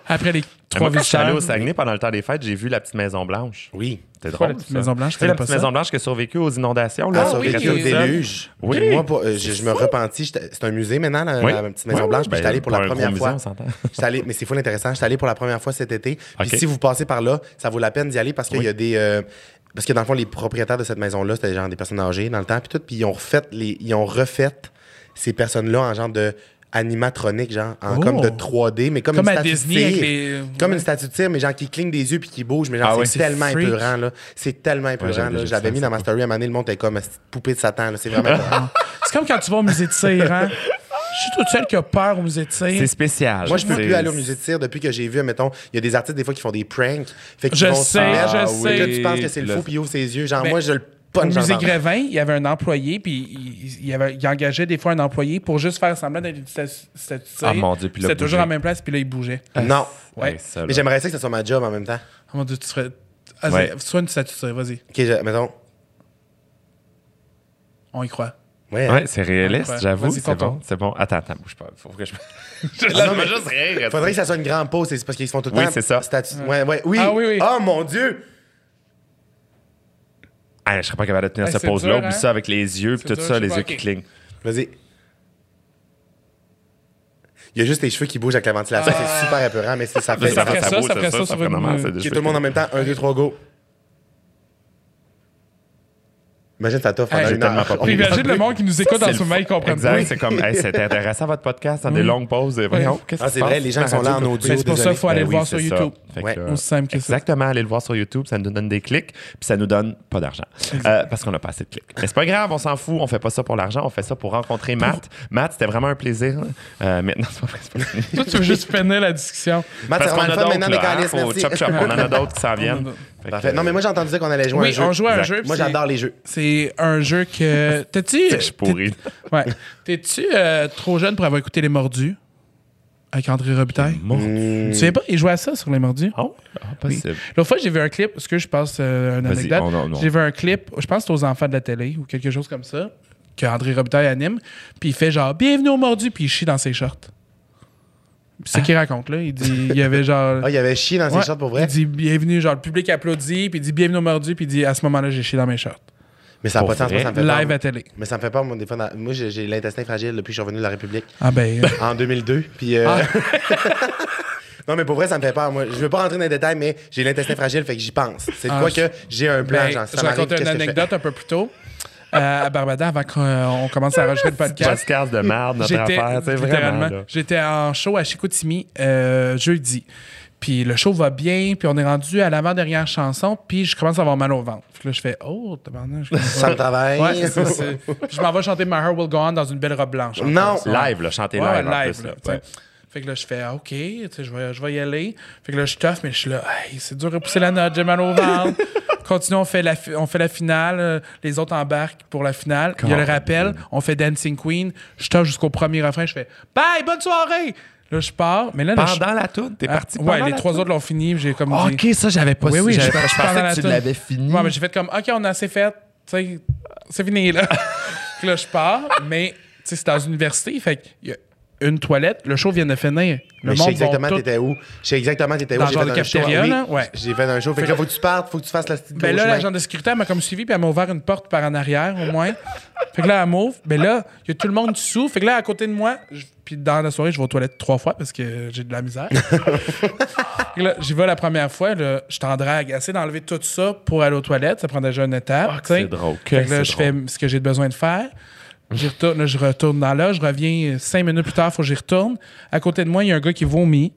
Après les trois
Moi, quand je suis allé au
visiteurs,
Saguenay pendant le temps des fêtes, j'ai vu la petite Maison Blanche.
Oui.
C'était drôle.
quoi la petite
ça.
Maison Blanche? Je
C'est la
connais pas
petite
ça.
Maison Blanche qui a survécu aux inondations. Là,
Ah,
sur
oui,
les
il y a eu
restes
le
d'île.
déluge.
Oui.
Puis Moi, pas- euh, je, je me repentis. j'étais- C'est un musée maintenant, la,
Oui.
la petite maison
Oui,
blanche.
oui,
puis j'étais
ben,
allé pour
pas
la
un gros
première
musée,
fois.
on s'entôt.
J'étais allé- mais c'est fou intéressant. J'étais allé pour la première fois cet été. Puis
Ok.
si vous passez par là, ça vaut la peine d'y aller parce qu'il
Oui.
y a des. euh, parce que dans le fond, les propriétaires de cette maison-là, c'était genre des personnes âgées dans le temps, puis tout. Puis ils ont refait, les, ils ont refait ces personnes-là en genre de animatronique, genre, en
Oh.
comme de 3D, mais comme,
Comme
une
à
statue de
Disney avec
cire.
les-
Comme
ouais.
une statue de cire, mais genre qui cligne des yeux puis qui bouge, mais genre
Ah
c'est
ouais.
tellement
Freak.
épeurant, là. C'est tellement épeurant,
j'avais
là.
déjà
J'avais
fait
mis
ça.
dans ma story à un moment donné, le monde était comme une poupée de Satan, là. C'est
[laughs]
vraiment.
c'est comme quand tu vas au musée de cire, hein? Je suis toute seule qui a peur au musée de cire.
C'est spécial.
Moi, je peux
C'est-
plus aller au musée de tir depuis que j'ai vu, mettons, il y a des artistes des fois qui font des pranks. Fait qu'ils
Je
vont se
sais,
mettre,
je
ah
sais.
Là, tu penses que c'est le
Le-
faux, puis il ouvre ses yeux. Genre,
Ben,
moi, je le
Au
punch dans
musée
la-
Grévin, il y avait un employé, puis il, il, avait, il engageait des fois un employé pour juste faire semblant d'être une statu- statue de cire.
Ah, mon Dieu, puis là,
C'était toujours
bouger.
à la même place, puis là, il bougeait.
Non.
Ouais.
Hey, ça, là.
Mais j'aimerais ça que ce soit ma job en même temps.
Ah, mon Dieu, tu serais... Ah,
Ouais.
c'est- Sois une statue de cire, vas-y.
Ok, je- mettons.
On y croit.
Ouais. hein.
Ouais, c'est réaliste,
Ouais.
j'avoue.
Vas-y,
C'est
tonton.
bon, c'est bon. Attends, attends, bouge pas. Faut que je.
[laughs]
je là, je vais juste rire.
Faudrait que ça soit une grande pause, c'est parce qu'ils se font tout le
Oui,
temps.
c'est ça.
statut- Ouais, ouais. Oui.
Ah, oui, oui.
Oh mon Dieu.
Ah, je serais pas capable de tenir
Hey,
cette
c'est
pause-là.
dur,
Oublie
hein?
ça avec les yeux, puis
C'est
tout
dur,
ça,
je
les
sais
yeux
pas,
qui
ok.
clignent.
Vas-y. Il y a juste les cheveux qui bougent avec la ventilation,
Ah.
c'est super épeurant, mais c'est ça fait.
ça ferait
fait
ça,
beau,
ça ferait ça sur
ferait
une-
normal,
Ok,
c'est des
Ok,
cheveux
tout le monde en même temps. Un, deux, trois, go. Imagine ça t'offre pendant
Hey,
une
tellement
heure. Ah,
pas
Puis
[laughs]
compris.
imagine le monde qui nous écoute
C'est
en
le-
sommeil, ils comprennent
Exact,
pas.
c'est comme, hey, c'était intéressant votre podcast, dans des longues pauses. Et voyons,
Oui.
qu'est-ce
Ah,
qui
c'est
se
vrai,
passe?
les gens qui sont là en
Radio-
audio.
Mais c'est pour ça
désolé.
qu'il faut aller
Ben
le
oui,
voir sur
c'est
YouTube.
ça. Fait
Ouais.
que,
Aussi simple que ça.
Exactement, aller le voir sur YouTube, ça nous donne des clics, puis ça nous donne pas d'argent. Euh, parce qu'on n'a pas assez de clics. Mais c'est pas grave, on s'en fout, on fait pas ça pour l'argent, on fait ça pour rencontrer Matt. Matt, c'était vraiment un plaisir. Euh, maintenant, c'est pas vrai, c'est pas fini.
[laughs] Toi, tu veux juste finir la discussion.
Matt,
Parce
c'est
qu'on
vraiment
a
le fun maintenant,
d'autres,
les
là, hein,
calices,
faut
merci.
chop chop, on en a d'autres qui s'en viennent. Fait que, euh,
Parfait. [laughs] Non, mais moi, j'ai entendu dire qu'on allait jouer à un
Oui,
jeu.
on joue à un
Exact.
jeu.
Moi,
c'est-
j'adore les jeux.
C'est un jeu que. T'es-tu.
je suis pourri.
Ouais. T'es-tu euh, trop jeune pour avoir écouté Les Mordus avec André Robitaille?
Mon-
Tu sais pas, il jouait à ça sur Les Mordus?
Oh, ah,
Oui.
possible.
L'autre fois, j'ai vu un clip, parce que je passe euh, une
Vas-y,
anecdote.
on- on- on-
J'ai vu un clip, je pense que c'est aux enfants de la télé ou quelque chose comme ça, que André Robitaille anime, puis il fait genre Bienvenue au mordu, puis il chie dans ses shorts. Puis C'est ce qu'il raconte là. Il dit il y avait genre.
Hein? Ah, il y avait chier dans ses
Ouais.
shorts pour vrai.
Il dit bienvenue, genre le public applaudit, puis il dit bienvenue au mordu, puis il dit à ce moment-là, j'ai chié dans mes shorts.
Mais ça n'a
Pour
pas de sens, moi,
vrai?
ça me fait peur.
Live à télé.
Mais ça me fait peur, moi, des fois. dans- Moi, j'ai j'ai l'intestin fragile depuis que je suis revenu de la République
Ah ben. euh,
en 2002. Puis.
Ah.
euh, [laughs] Non, mais pour vrai, ça me fait peur. Moi, je veux pas rentrer dans les détails, mais j'ai l'intestin fragile, fait que j'y pense. C'est de
Ah,
quoi
je-
que j'ai un plan,
ben,
genre, si
je
ça m'arrive,
raconte une
qu'est-ce que je fais?
anecdote un peu plus tôt euh, à Barbada avant qu'on euh, commence à enregistrer le podcast.
Podcast de merde, notre affaire, c'est vraiment.
littéralement,
là.
J'étais en show à Chicoutimi euh, jeudi. Puis le show va bien, puis on est rendu à l'avant-dernière chanson, puis je commence à avoir mal au ventre. Fait que là, je fais Oh, tabarnak, je
Ça me travaille.
Ouais, c'est ça, c'est- Puis Je m'en vais chanter My Heart Will Go On dans une belle robe blanche. en
Non.
plus.
Live, là, chanter
Ouais,
live. en
live,
plus,
là,
là.
t'sais.
Ouais.
Fait que là, je fais ah, OK, tu sais, je vais, je vais y aller. Fait que là, je toffe, mais je suis là, Hey, c'est dur de pousser la note, j'ai mal
[laughs]
au ventre. Continue, on fait, la fi- on fait la finale. euh, Les autres embarquent pour la finale. Il y a le rappel, on fait Dancing Queen. Je toffe jusqu'au premier refrain, je fais Bye, bonne soirée! Là, je pars. Mais là, là, je-
Pendant la toune, t'es
Ah,
parti.
Ouais,
pendant
les
la
trois
toune?
autres l'ont fini. J'ai comme
Ah,
dit-
Ok, ça, j'avais pas
oui,
su-
oui,
j'avais-
je, je parlais à
pensais
la
que tu
toune.
l'avais fini.
Ouais, mais j'ai fait comme, OK, on a assez fait. Tu sais, c'est fini,
[laughs]
là. Puis là, je pars, mais tu sais, c'est dans une université. Fait qu'il y a une toilette. Le show vient de finir. Le
Mais je sais
monde
exactement
va tout...
t'étais où. Je sais exactement t'étais où.
Dans
J'ai
le genre
fait
de
un show,
cafétéria,
oui.
là? Ouais.
J'ai fait un show. Fait que là, faut que tu partes, faut que tu fasses la petite
Ben là,
gauche,
l'agent de sécurité, elle m'a comme suivi, puis elle m'a ouvert une porte par en arrière, au moins. Fait que là, elle m'ouvre. Ben là, il y a tout le monde dessous. Fait que là, à côté de moi, je- puis dans la soirée, je vais aux toilettes trois fois parce que j'ai de
[laughs]
la misère. fait que là, j'y vais la première fois, là, je t'en drague. Assez d'enlever tout ça pour aller aux toilettes. Ça prend déjà une étape.
Ah, que
t'sais.
c'est drôle, que
Fait que là,
c'est
je fais ce que j'ai besoin de faire. J'y retourne, là, je retourne dans là, je reviens euh, cinq minutes plus tard, faut que j'y retourne. À côté de moi, il y a un gars qui vomit.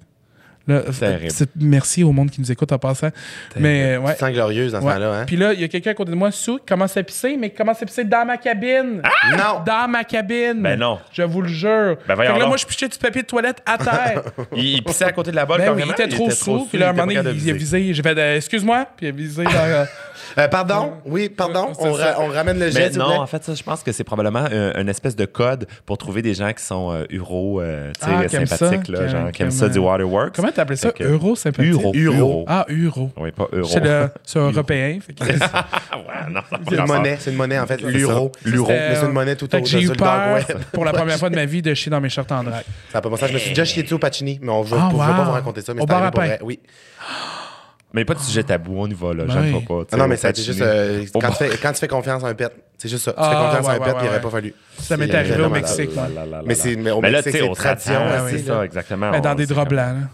Là,
Terrible.
c'est- merci au monde qui nous écoute en passant. Mais euh, ouais.
Sans glorieuse dans ce
Ouais.
temps-là, hein.
Puis là, il y a quelqu'un à côté de moi, sous, qui commence à pisser, mais qui commence à pisser dans ma cabine.
Ah! Non!
Dans ma cabine.
Ben non.
Je vous le jure.
Ben voyons
Fait que là,
donc.
moi, je pichais du papier de toilette à
[laughs]
terre.
Il, il pissait à côté de la balle
ben oui, il
carrément,
était trop sourd. Puis là, à un
était
moment
pas
donné,
capable
il a
de viser. Ah!
visé. J'ai fait, euh, excuse-moi. Puis il a visé dans. euh, [laughs]
Euh, pardon? Oui, pardon.
C'est
On,
ça.
ra- on ramène le
Mais
geste.
non, en fait, ça, je pense que c'est probablement euh, une espèce de code pour trouver des gens qui sont euh, euros, euh, tu sais,
Ah, qui aiment
sympathiques,
ça,
là,
qui-
genre, qui
qui
aiment ça
aiment,
du
euh,
waterworks.
Comment t'appelais ça?
Fait que-
Euro, sympathique?
Euro. Euro.
Ah, euro.
Oui, pas euro.
C'est le- c'est un européen. Fait que-
[laughs] Ah, ouais, non, ça n'a pas
C'est une
rapport.
monnaie, c'est une monnaie, en fait.
ça.
L'euro.
L'euro.
Mais c'est
Euh,
une monnaie tout
fait
autour
que j'ai eu
sur le dark
[laughs] peur
web.
pour la première fois de ma vie de chier dans mes shorts en drague.
Ça n'a pas bon sens. Je me suis déjà chié dessus au Pacini, mais on je ne
Ah,
vais pas
wow.
vous raconter ça, mais
Au
c'est
bar
arrivé
à
pour
pain.
vrai. Oui.
Mais pas de sujet tabou, on y va, là.
Ben
J'aime
oui.
pas, pas. tu
Ah
sais,
non, mais
au
ça, c'est
patchini.
juste euh,
Au
quand,
bar.
tu fais, quand tu fais confiance à un pet. C'est juste ça. Tu
Ah,
fais confiance à un
ouais,
pet,
ouais,
il
ouais.
n'aurait pas fallu.
Ça m'est
Il aurait
arrivé au
vraiment-
Mexique. moi.
Mais c'est- mais au
là,
Mexique,
tu sais,
c'est
au
tradition,
tradition.
ouais,
C'est
c'est
ça,
là.
exactement.
Mais Dans
on-
des
c'est
draps
comme-
blancs. là.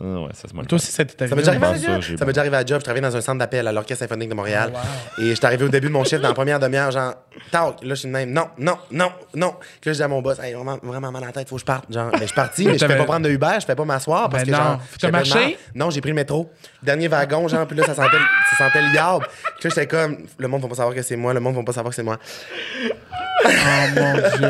Ah, ouais, ça se mange pas.
Toi aussi, Bah, ça Oh, t'est
Ça
arrivé.
m'est déjà
Je
arrivé à
pense
la
ça,
job.
j'ai
Ça m'est déjà arrivé à la job. Je travaillais dans un centre d'appel à l'Orchestre symphonique de Montréal. Et je suis arrivé au début de
[laughs]
mon chiffre dans la première demi-heure, genre, talk. Là, je suis de même, non, non, non, non. Puis là, je dis à mon boss, hey, vraiment, vraiment mal à la tête, faut que je parte. Genre, mais je suis parti, mais je fais
T'avais-
pas prendre de Uber, je fais pas m'asseoir parce
Ben
que
non.
genre.
T'as
j'avais
marché?
marre. Non, j'ai pris le métro. Dernier wagon, genre, puis là, ça sentait, ça sentait le yard. Puis là, j'étais comme, le monde va pas savoir que c'est moi, le monde va pas savoir que c'est moi.
Oh mon Dieu.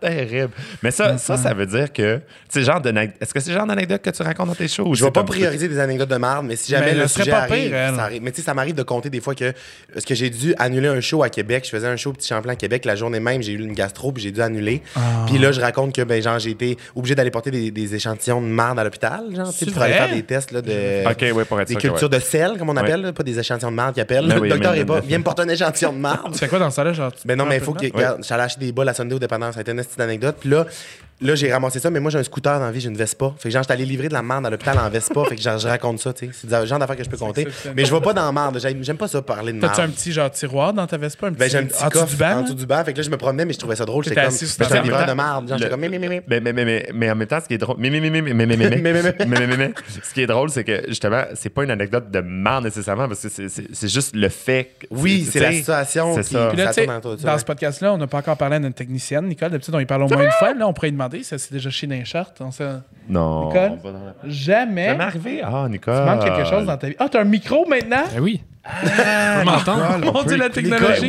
terrible. Mais ça, ça, ça veut dire que. C'est genre d'anec- Est-ce que c'est le genre d'anecdote que tu racontes dans tes shows? ou
Je vais
c'est
pas
comme-
prioriser des anecdotes de marde, mais si jamais
Mais
le
elle serait
sujet
pas
arrive,
pire,
hein,
elle.
ça arrive. Mais tu sais, ça m'arrive de compter des fois que parce que j'ai dû annuler un show à Québec. Je faisais un show au Petit Champlain à Québec la journée même, j'ai eu une gastro puis j'ai dû annuler.
Ah.
Puis là, je raconte que ben genre j'ai été obligé d'aller porter des, des échantillons de marde à l'hôpital, genre tu sais,
C'est
pour aller
vrai?
faire des
[laughs]
tests là, de
Ok, ouais, pour être
des
sûr que,
cultures de sel comme on appelle, là, pas des échantillons de marde qu'ils appellent.
Ben
le
oui,
docteur
mais-
est pas, viens me porter un échantillon de marde.
Tu fais quoi dans ça là genre? tu
Mais Ben non,
prends
mais
un
il
peu
faut
de
que.
notes?
Regarde, j'allais acheter des bols à Sunday au dépanneur, ça a été une petite anecdote. Puis là, Là, j'ai ramassé ça, mais moi, j'ai un scooter dans la vie, j'ai une Vespa. Fait que genre, j'étais allé livrer de la merde à l'hôpital en Vespa. fait que genre, je raconte ça, tu sais. C'est le genre d'affaires que je peux compter.
exceptionnel.
Mais je vais pas dans la merde. J'aime j'aime pas ça parler de merde.
T'as-tu un petit genre tiroir dans ta Vespa? Un petit,
Ben, j'ai un petit
en dessous
coffre
du banc,
en
là?
dessous du banc. Fait que là, je me promenais, mais je trouvais ça drôle. J'étais
T'étais
comme,
assis sur
j'étais
ta
un livreur de
table.
merde. Genre, j'étais comme, mais, mais, mais, mais.
Mais, mais, mais, mais, mais en même temps, ce qui est drôle, mais, mais, mais, mais, mais, mais, mais,
[laughs]
mais, mais, mais, mais, mais, mais, ce qui est drôle, c'est que justement, c'est pas une anecdote de marre nécessairement, parce que c'est- c'est c'est juste le fait. que-
Oui, c'est la
tu sais,
situation
C'est
qui-
ça.
Puis là,
Ça
tu sais,
tourne autour de ça,
dans
ouais.
ce podcast-là, on n'a pas encore parlé à notre technicienne, Nicole. D'habitude, on y parle au moins une fois. Là, on pourrait y demander si c'est déjà chez Ninchart. On sait-
Non.
Nicole?
on va dans la- Ça
Jamais.
m'est arrivé. Ah, Nicole.
Il manque quelque chose dans ta vie. Ah, t'as un micro maintenant?
Ben oui.
Ah,
Vous m'entendez?
Mon Dieu, la technologie.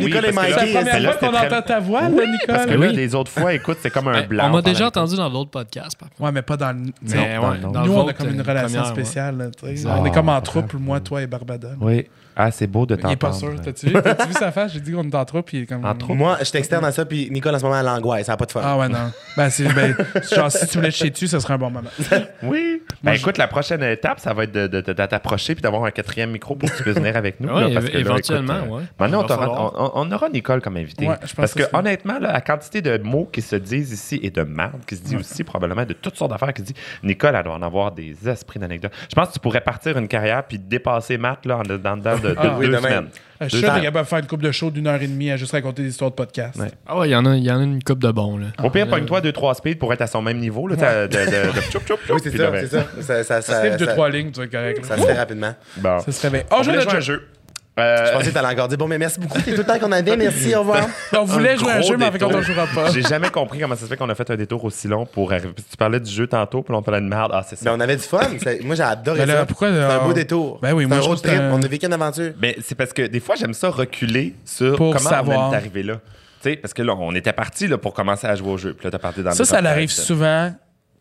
Nicole- Nicole et
c'est la
Mikey,
première
celle-là,
fois qu'on
c'était très-
entend ta voix, là, Nicole.
Parce que
Ben
là,
oui.
les autres fois, écoute, c'est comme un blanc.
Ben, On m'a déjà
pendant-
entendu dans l'autre podcast. par contre.
Ouais, mais pas dans le. tu sais,
Mais
dans
ouais,
le nôtre.
dans le
Nous, on a
vôtre,
comme une
euh,
relation
première, ouais.
spéciale. là, tu sais.
Ah,
on est comme en
ça
trouble, moi, toi et Barbada.
Oui. Ah, c'est beau de
Il est pas
t'entendre.
sûr. T'as-tu vu, t'as-tu vu sa face? J'ai dit qu'on est en trouble, puis il est comme.
En trouble?
Moi, je t'externe à ça, puis Nicole, en ce moment, elle a l'angoisse. Ça n'a pas de fun.
Ah ouais, non. Ben, c'est. Ben, genre, si tu voulais te chier dessus, ce serait un bon
[laughs]
moment. Euh,
Oui. Ben, écoute, la prochaine étape, ça va être de, de- de- de t'approcher puis d'avoir un quatrième micro pour que tu puisses venir avec nous.
Ouais,
là, parce que là,
éventuellement,
écoute, euh,
ouais.
Maintenant, on,
Il va
t'aura-
falloir.
on- on- on aura Nicole comme invité.
Ouais, je pense
parce
que
que,
c'est-
honnêtement, là, la quantité de mots qui se disent ici et de merde qui se dit aussi, probablement, de toutes sortes d'affaires qui se dit, Nicole, elle doit en avoir des esprits d'anecdotes. Je pense que tu pourrais partir une carrière puis dépasser Matt là, en dedans dedans de, de
Ah,
oui,
deux
demain.
semaines.
Je
Deux
suis sûr qu'il
semaines.
est capable de faire une coupe de show d'une heure et demie à juste raconter des histoires de podcast.
Ouais.
Ah ouais, il y, en a- il y en a une coupe de bons. Là.
Au pire, pogne-toi deux, trois speeds pour être à son même niveau. Là, t'as- de, de- de- tchoup, tchoup, tchoup,
Oui, c'est
puis
ça,
là, ben,
c'est ça. Ça, ça, ça,
Steve, deux,
ça-
trois lignes, tu vas être correct.
ça
là.
se fait rapidement.
bon.
Ça se réveille. Oh,
Euh, On
je
voulait jouer à un
le jeu.
jeu. Euh,
Je pensais que t'allais encore dire, bon, mais merci beaucoup. C'est tout le temps qu'on avait. Merci, au revoir.
Ben, On voulait
un
jouer à un
gros
jeu, mais avec on
détour.
ne jouera pas.
J'ai jamais compris comment ça se fait qu'on a fait un détour aussi long pour arriver. Parce que Tu parlais du jeu tantôt, puis là, on parlait de merde. Ah, c'est
Mais
ça.
Ben, on avait du fun. C'est- Moi, j'ai adoré
Ben là,
ça.
pourquoi,
C'est un
euh,
beau détour.
Ben oui,
C'est
moi,
un
je
road
trouve que c'est
trip.
un-
On a vécu une aventure.
Mais c'est parce que des fois, j'aime ça reculer sur
Pour
comment on
savoir.
en est arrivé là. Tu sais, parce que là, on était parti là, pour commencer à jouer au jeu. Puis là, t'as parti dans
Ça,
le
ça
top
l'arrive
five.
souvent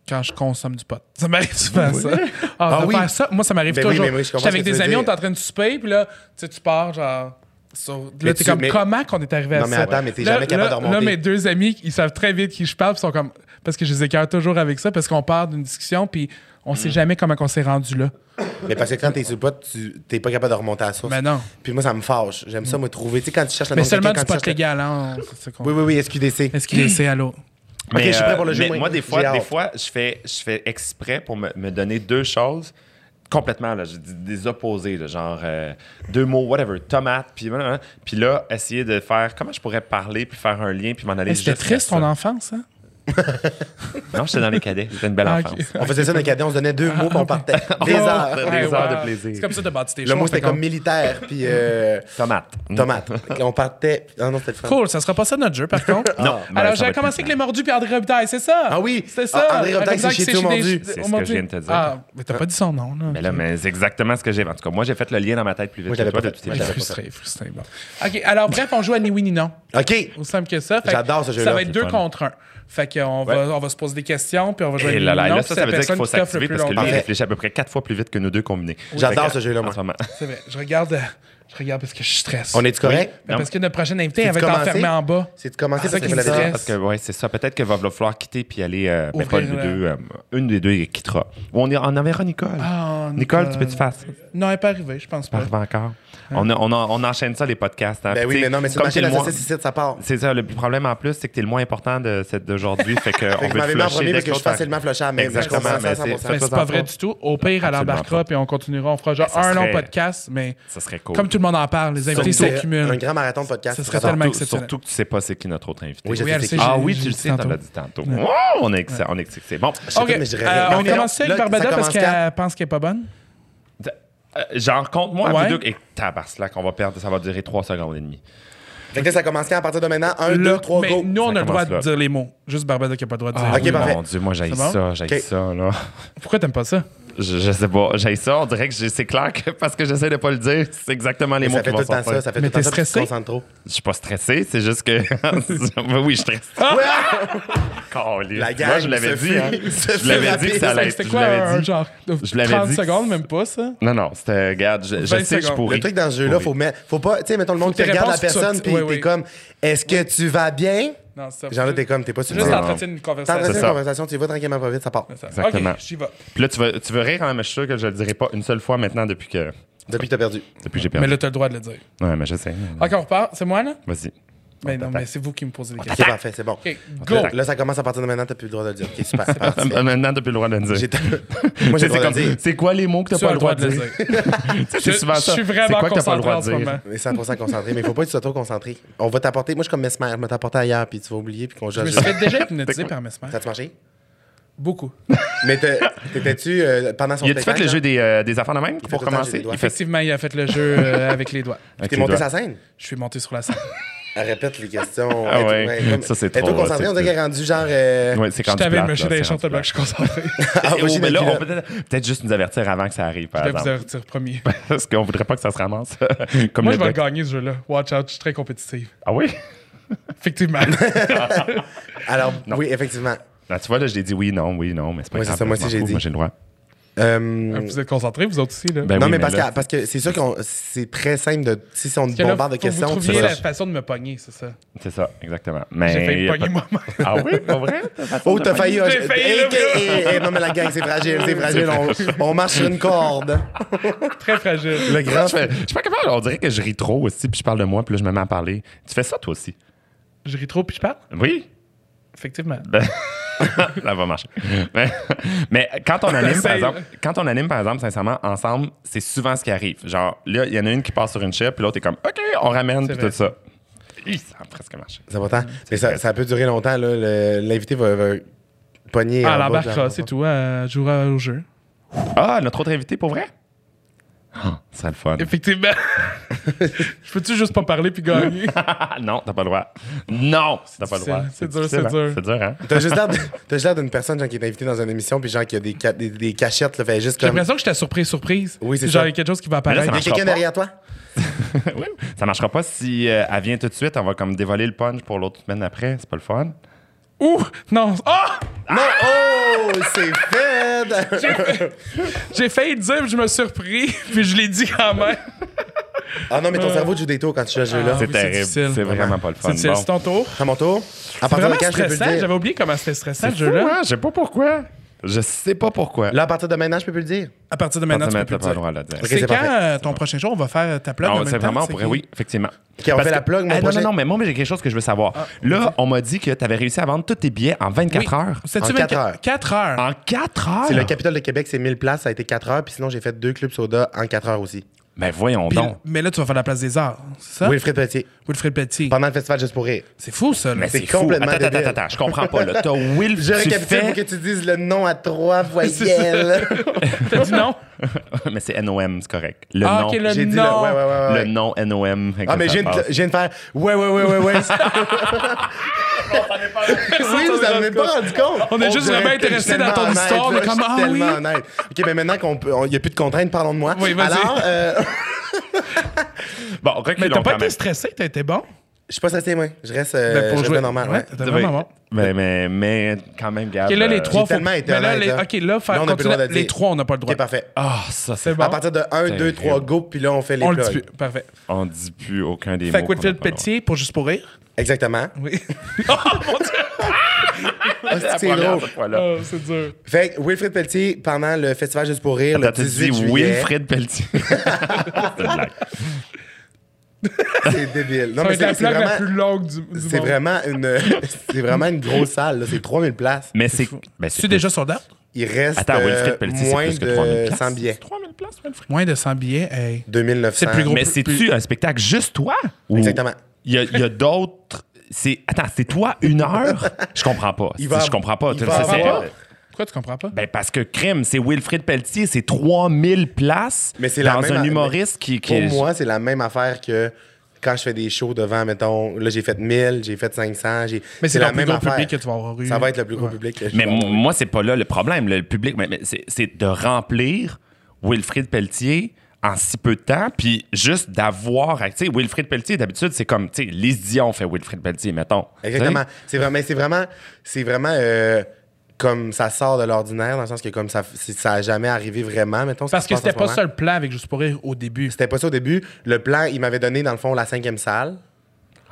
quand je consomme du pot. Ça m'arrive souvent, ça.
[laughs]
Ah, de
oui.
faire ça, moi, ça m'arrive
Ben oui,
toujours.
ben oui, je
J'étais
comprends
avec
ce que tu
des
veux
amis,
dire.
on est en train de souper, puis là, tu sais, tu pars, genre. sur-
Mais
Là, t'es
tu-
comme,
mais-
comment qu'on est arrivé à
Non,
ça?
mais attends, mais t'es
Là-
jamais capable
là-
de remonter.
Là, mes deux amis, ils savent très vite qui je parle, puis sont comme. Parce que je les écœure toujours avec ça, parce qu'on part d'une discussion, puis on
Mm.
sait jamais comment on s'est rendu là.
Mais parce que quand t'es sur le pot, tu t'es pas capable de remonter à la source.
Mais Ben, non.
Puis moi, ça me fâche. J'aime ça, moi, trouver. Tu sais, quand tu cherches la
Mais seulement du pot légal, hein? on- c'est ça qu'on-
Oui, oui, oui,
[laughs]
SQDC.
Est-ce qu'il essaie à l'eau?
Mais,
je suis prêt
euh,
pour le jeu,
mais
moi.
moi, des
J'ai
fois, des
hâte.
fois je, fais, je fais exprès pour me, me donner deux choses complètement, là, je dis des opposés, là, genre euh, deux mots, whatever, tomate, puis blablabla. Puis là, essayer de faire comment je pourrais parler, puis faire un lien, puis m'en aller
C'était
jusqu'à
triste,
ça.
ton enfance, hein?
Non, j'étais dans les cadets, c'était une belle
Ah,
enfance.
ok.
On faisait ça dans le cadet, on se donnait deux mots, puis on partait. Des heures.
Des
Ah, Ouais,
heures
ouais.
de plaisir.
C'est comme ça que t'as bâti tes
Le mot,
choses,
c'était
t'es comme- Mm.
comme militaire, puis euh,
Tomate.
tomate. Et on partait. Ah non, c'était le fun.
Cool, ça sera pas ça notre
[laughs]
jeu, par contre.
Non, ben,
Alors,
ça va
j'ai
être
commencé
plus
avec les mordus puis André Robitaille, c'est ça?
Ah oui.
C'est ça.
Ah, André
Robitaille
Robitaille, c'est
qui
chez
s'est
Théo
des-
Mordu.
C'est
au
ce que
Mordu.
je viens de te dire.
Ah, mais t'as pas dit son nom, là.
Mais Ben là, mais c'est exactement ce que j'ai. En tout cas, moi, j'ai fait le lien dans ma tête plus vite.
Moi, j'avais
que toi,
pas
de
fait.
tout est
Moi,
bien.
j'avais pas
Frustré, frustré. Bon. OK, alors bref, on joue à ni oui ni non.
OK.
Aussi simple que ça. Fait que
J'adore ce jeu-là,
Ça va
c'est
être deux
fun.
contre un. Fait qu'on va, on va se poser des questions, puis on va jouer à
Et
ni oui
là, là,
ni non.
là,
puis
ça,
c'est
ça
la
veut dire qu'il
personne
faut
qui tape le
s'activer
plus
parce que lui, il
longtemps.
réfléchit à peu près quatre fois plus vite que nous deux combinés.
J'adore
Fait que,
ce jeu-là, moi.
en ce moment.
C'est vrai, je regarde, euh, je regarde parce que je stresse.
On est-tu correct?
Mais Parce que notre prochain invité, elle
C'est-tu
va être
commencé?
enfermée en bas.
C'est de commencer
Ah,
parce
ça
que vous
qui
l'avez
me
dit.
stresse.
Parce que, ouais, c'est ça. Peut-être qu'il va falloir quitter puis aller. euh, ben, pas
Ouvrir
les
la-
deux. euh, une des deux quittera. Ou on, est, on enverra Nicole.
Ah,
Nicole,
Nicole.
tu peux-tu faire ça?
Non, elle n'est pas arrivée, je pense pas.
Par encore. On, a- on, a- on enchaîne ça, les podcasts. hein.
Ben oui,
Puis,
mais non, mais c'est
comme
marché
t'es
la
le moins-
saucisse ici, ça part.
C'est ça, le problème en plus, c'est que t'es le moins important de cette- d'aujourd'hui. Fait que
[laughs] Fait
on
que
veut
je m'avais mis en
flusher
premier
dès
parce que je suis
l'autre
facilement flushable. mais
Exactement,
je comprends ça à
mais c'est-
100%.
fait-
Mais
Fais-toi
c'est pas
dans
vrai
le fond.
du tout. Au pire, elle
Absolument pas.
embarquera, puis on continuera. On fera genre
ça
un long
serait-
podcast, mais
Ça serait cool.
comme tout le monde en parle, les invités
C'est Un
s'accumulent.
grand marathon de podcast.
Ce
c'est
serait
vraiment-
tellement
Surtout-
exceptionnel.
Surtout que tu sais pas c'est qui notre autre invité.
Oui, je
Oui,
sais
elle
c'est
sait,
qui.
j'ai-
Ah oui,
j'ai
tu le
dit
sais, t'en
tantôt.
as dit tantôt. Oh, on est excellent, on est excellent. C'est bon.
OK,
pas, mais je dirais-
euh, on
Mais non,
commence avec
là, ça
Barbada parce
commence quand?
qu'elle pense qu'elle est pas bonne.
Euh, genre, compte-moi à
Ouais.
vous deux. Et tabarnak, on va perdre, ça va durer 3 secondes et demie.
Fait que là, ça commence quand à partir de maintenant? Un,
Là,
deux, trois,
mais
go.
nous, on
Ça
a le droit
commence là.
de dire les mots. Juste Barbada qui a pas le droit de dire.
ok,
les mots.
parfait.
Mon Dieu, moi, j'ai
Ah C'est bon?
ça, j'ai
Ok.
ça, là.
Pourquoi t'aimes pas ça?
Je, je sais pas, j'ai ça. On dirait que j'ai- c'est clair que parce que j'essaie de pas le dire, c'est exactement les
Mais
mots
Ça
qui
fait tout
vont
le temps
sortir.
ça. Ça fait tout
Mais
le temps
t'es
ça. puis tu te
stressé?
concentres trop.
Je suis pas stressé, c'est juste que. [laughs] oui, je suis stressé. Caliste.
[laughs] La gang,
Moi, je l'avais
se
dit,
fait-
hein.
[laughs] se
Je
fait
l'avais dit que ça allait être.
C'était
Je
quoi
l'avais
un
dit.
genre de
Je l'avais
30
dit que-
secondes, même pas ça?
Non, non, c'était. Regarde, je, je
20
sais que je
secondes.
pourris.
Le truc dans ce jeu-là, faut mettre. Faut pas. Tu sais, mettons le monde
Faut que
qui
tes
regarde la
réponses
personne,
soient-
puis
oui,
t'es
oui.
comme, est-ce que tu vas bien?
Non, c'est ça.
Genre là, t'es comme, t'es pas sûr.
Juste
Non.
entretenir une
T'es en train de
conversation.
faire une
ça.
conversation, tu y vas tranquillement pas vite, ça part.
Exactement.
Ok, j'y vais.
Puis là, tu veux, tu veux rire, hein, mais je suis sûr que je le dirai pas une seule fois maintenant depuis que,
Depuis que t'as perdu.
depuis que j'ai
Mais
perdu.
là, t'as le droit de le dire.
Ouais, mais je sais.
Ok, on repart. C'est moi, là?
Vas-y.
Mais non,
t'attaque.
mais c'est vous qui me posez des
Ok,
questions.
parfait, c'est bon.
OK,
go!
Là, Là, ça commence à partir de maintenant, t'as plus le droit de le dire. Ok,
[laughs]
super. parfait.
Maintenant, t'as plus le droit de le dire. [laughs]
J'ai- Moi, j'ai
C'est
le droit de
comme-
le dire.
C'est quoi les mots que t'as
Tu as
pas le droit de dire?
le dire.
Tu sais, C'est
Je-
souvent
je
ça.
suis vraiment
C'est quoi que t'as pas le
concentré
droit
en
de
ce
dire?
moment.
On est 100% concentré, mais il faut pas que tu t'auto-concentré. On va t'apporter. Moi, je suis comme Mesmer, je me t'apporter ailleurs, puis tu vas oublier, puis qu'on
Je me
jase.
suis fait déjà
[laughs]
hypnotisé par mes semaines.
Ça a-tu marché?
Beaucoup.
Mais t'es- t'étais-tu euh, pendant son
Il a-tu fait
spectacle,
le
genre,
jeu des, euh, des affaires de même
fait
pour
tout le temps, j'ai
commencer?
des doigts.
Il fait
Effectivement, il a fait le jeu euh, avec les doigts.
Puis
avec
t'es
les
monté
doigts.
sa scène?
Je suis monté sur la scène.
Elle répète les questions.
Ah
Elle est-
ouais,
elle est comme-
ça, c'est
Elle est
trop,
trop concentrée,
c'est-
on dirait qu'elle est rendue genre. euh, [laughs]
Ouais, c'est
Je
quand tu
t'avais
plates,
me jeter
là,
dans
c'est
les
quand
shorts
tu
de blanc, [laughs] je suis concentré.
Ah,
plates.
moi,
Oh,
j'ai
mais
des
là, on
culottes.
peut peut-être peut-être juste nous avertir avant que ça arrive, par [laughs]
Je vais vous
exemple.
avertir premier.
Parce qu'on voudrait pas que ça se ramasse. Comme
Moi,
Ben, le
je vais le
doc-
gagner ce jeu-là. Watch out, je suis très compétitif.
Ah oui? [laughs]
Effectivement. [laughs]
Alors, oui, effectivement.
Ah, tu vois, là, je l'ai dit oui, non, oui, non, mais c'est pas
Ouais,
grave,
c'est ça, moi
je
aussi,
m'en
j'ai
fous,
dit.
Moi, j'ai le droit.
Euh,
vous êtes concentrés, vous autres aussi. Là.
Ben
non,
oui,
mais, parce,
Ah là,
que, parce que c'est sûr que c'est très simple de. Si on te
Parce que là,
bombarde de
faut que
questions,
Vous
tu
trouviez
vas-
la façon de me pogner, c'est ça.
C'est ça, exactement. Mais
J'ai failli
il Ben, y a
me pogner
pas-
moi-même. [laughs]
Ah oui, pas [laughs] vrai?
Oh, t'as failli.
J'ai failli,
Hey,
là,
hey, hey, hey, eh, non, mais la gang,
[laughs]
c'est fragile, c'est fragile. On, on marche sur une corde.
Très fragile.
Le grand.
Je fais- je suis pas capable, on dirait que je ris trop aussi, puis je parle de moi, puis là, je me mets à parler. Tu fais ça, toi aussi?
Je ris trop puis je parle.
Oui?
Effectivement.
Ben, ça va
[laughs]
marcher. Mais, mais quand on anime, par
Essaye,
exemple,
là.
quand on anime, par exemple, sincèrement, ensemble, c'est souvent ce qui arrive. Genre, là, il y en a une qui passe sur une chaise, puis l'autre est comme, OK, on ramène,
C'est
puis
vrai.
tout ça. Hi, ça a presque marché.
C'est important. Mais ça, ça peut durer longtemps. là. Le- L'invité va, va pogner.
Ah,
en bas de la
l'embarquera,
porte.
c'est tout. Elle jouera au jeu.
Ah, notre autre invité, pour vrai? Ah, ça le fun. [laughs]
Effectivement. je peux-tu juste pas parler puis gagner?
Ah, non, t'as pas le droit. Non, t'as pas le
difficile.
droit.
C'est dur,
difficile,
c'est
hein?
dur.
C'est dur, hein?
T'as juste l'air de- t'as juste l'air d'une personne genre, qui est invitée dans une émission, puis genre qui a des, ca- des, des cachettes. Là, fait juste
J'ai
comme.
l'impression que j'étais surprise, surprise.
Oui, c'est
Genre,
ça.
il y a quelque chose qui va
Mais là, ça
apparaître.
Il y
marchera
a quelqu'un
pas.
derrière toi?
Oui, ça marchera pas si euh, elle vient tout de suite. On va comme dévoiler le punch pour l'autre semaine après. C'est pas le fun.
Ouh! Non! Ah!
Non! Oh! C'est fait!
J'ai failli le dire, puis je me suis surpris, [laughs] puis je l'ai dit quand même.
Ah non, mais ton cerveau te joue des tours quand tu joues à ce jeu-là.
C'est
oui, c'est
terrible.
difficile.
C'est vraiment pas le fun.
C'est c'est- c'est
Bon.
ton tour.
À mon tour. À
C'est
partir de
vraiment
quand je peux plus
stressant.
le
J'avais
dire?
oublié comment c'était stressant, ce
Fou,
jeu-là.
hein? Je sais pas pourquoi. Je sais pas pourquoi.
Là, à partir de maintenant, je peux plus le dire.
À partir de maintenant, tu
Attends,
peux
mais
plus
t'as
le
pas le
dire.
droit de le dire.
Ok,
C'est
c'est Ah,
quand
parfait.
euh, ton prochain jour, on va faire ta plug
Non,
en même
c'est
temps?
vraiment, on
c'est
pourrait,
qui?
oui, effectivement.
on
Parce
fait la
que-
plug, mon
Ah, non,
prochain-
non, non, mais moi, j'ai quelque chose que je veux savoir.
Ah,
là, on m'a dit que tu avais réussi à vendre tous tes billets en 24 heures.
C'était-tu
En quatre
24
heures. Ah,
4 heures.
En 4 heures?
C'est le Capitole de Québec, c'est 1000 places, ça a été 4 heures, puis sinon, j'ai fait deux clubs soda en 4 heures aussi.
Mais Ben, voyons
Puis-
donc.
mais là, tu vas faire la place des arts, c'est ça?
Wilfred Petit,
Wilfred Petit.
pendant le festival Juste pour rire.
C'est fou, ça. là.
Mais
c'est
c'est fou.
complètement
Attends, attends,
débile.
attends, attends, je comprends pas. Là. T'as Will,
[laughs]
tu
Je récapitule
fais...
pour que tu dises le nom à trois voyelles.
[laughs] T'as dit
[laughs]
non?
[laughs] Mais c'est NOM, c'est correct. Le
Ah,
nom.
ok, le
J'ai dit le-
non.
ouais, ouais, ouais.
Le nom NOM. fait que
Ah, mais
ça
j'ai une,
passe.
je viens de faire. Ouais, ouais, ouais,
[laughs]
ouais, ouais.
Ah,
oui, vous n'en avez pas rendu compte.
On est juste
dirait
vraiment
que je suis
intéressé dans ton
tellement
histoire,
honnête,
mais
là,
comme,
je
ah
suis tellement
oui.
honnête. OK, mais maintenant qu'il n'y a plus de contraintes, parlons de moi.
Oui, vas-y.
Alors, euh,
Bon, reculons
Mais t'as pas
quand
été
même.
stressé, t'as été bon.
je suis pas stressé, moi. Je reste, euh,
Ben,
je reste normal. ouais.
t'as vraiment bon.
Mais, mais, mais quand même, Gab.
Ok, là, les
euh,
trois, faut...
tellement été
mais là,
honnête,
les...
là.
OK, là, faire
Là, on a plus le
continuer-
droit de le
les
dire.
trois, on n'a pas le droit.
OK, parfait.
Ah, ça,
C'est
c'est
bon.
À partir de 1, 2,
Terrible.
3, go, puis là, on fait les
On le
plugs.
dit plus. Parfait.
On dit plus aucun des
Fait
mots.
que
qu'on a
Wilfred
pas le droit.
Petit, pour juste pour rire.
Exactement.
[laughs] Oui. oh mon dieu!
Ah,
La
c'est
première
drôle.
fois, là.
Oh, c'est dur.
Fait que Wilfred Pelletier, pendant le festival Juste pour rire,
T'as
le 18
dit
juillet.
Wilfred Pelletier. C'est une blague.
[laughs] C'est débile.
Ça
Non,
va
mais
être la
c'est c'est
plug la
vraiment...
plus longue du, du
C'est
monde.
vraiment une [laughs] c'est vraiment une grosse salle, là. c'est 3000 places.
Mais c'est. ben,
Tu es déjà sold out?
Il reste
Attends,
euh,
Wilfred Pelletier, c'est
moins
plus que 3000
de
places.
100 billets.
3000 places, Wilfred.
Moins de 100 billets. Hey.
2900.
C'est le plus gros.
Mais c'est-tu un spectacle juste toi? Ou-
Exactement.
Il y a, il y a d'autres. c'est- Attends, c'est toi une
[laughs]
heure? Je comprends pas.
Il va-
Je comprends pas.
il
Tu
va
sais, c'est-
avoir-
Pourquoi tu comprends pas?
Ben parce que crime, c'est Wilfred Pelletier, c'est 3000 places
Mais c'est la
dans
même
un
a-
humoriste qui, qui
Pour
est-
moi, c'est la même affaire que quand je fais des shows devant mettons là j'ai fait 1000, j'ai fait 500, j'ai
Mais c'est
la
le plus
même
gros
affaire.
public que tu vas avoir eu.
Ça va être le plus gros public. que je
Mais
vais avoir.
m- moi, c'est pas là le problème. Le public, mais- mais c'est c'est de remplir Wilfrid Pelletier en si peu de temps, puis juste d'avoir. Tu sais, Wilfrid Pelletier, d'habitude, c'est comme. Tu sais, Lise Dion fait Wilfrid Pelletier, mettons.
Exactement.
Tu sais?
C'est vraiment, mais c'est vraiment, c'est vraiment euh, comme ça sort de l'ordinaire dans le sens que comme ça, c'est- ça a jamais arrivé vraiment. Mettons. ce
Parce
qui
que
se passe
c'était
en
pas
ce
ça
moment.
le plan avec Juste pour rire au début.
C'était pas ça au début. Le plan, il m'avait donné dans le fond la cinquième salle.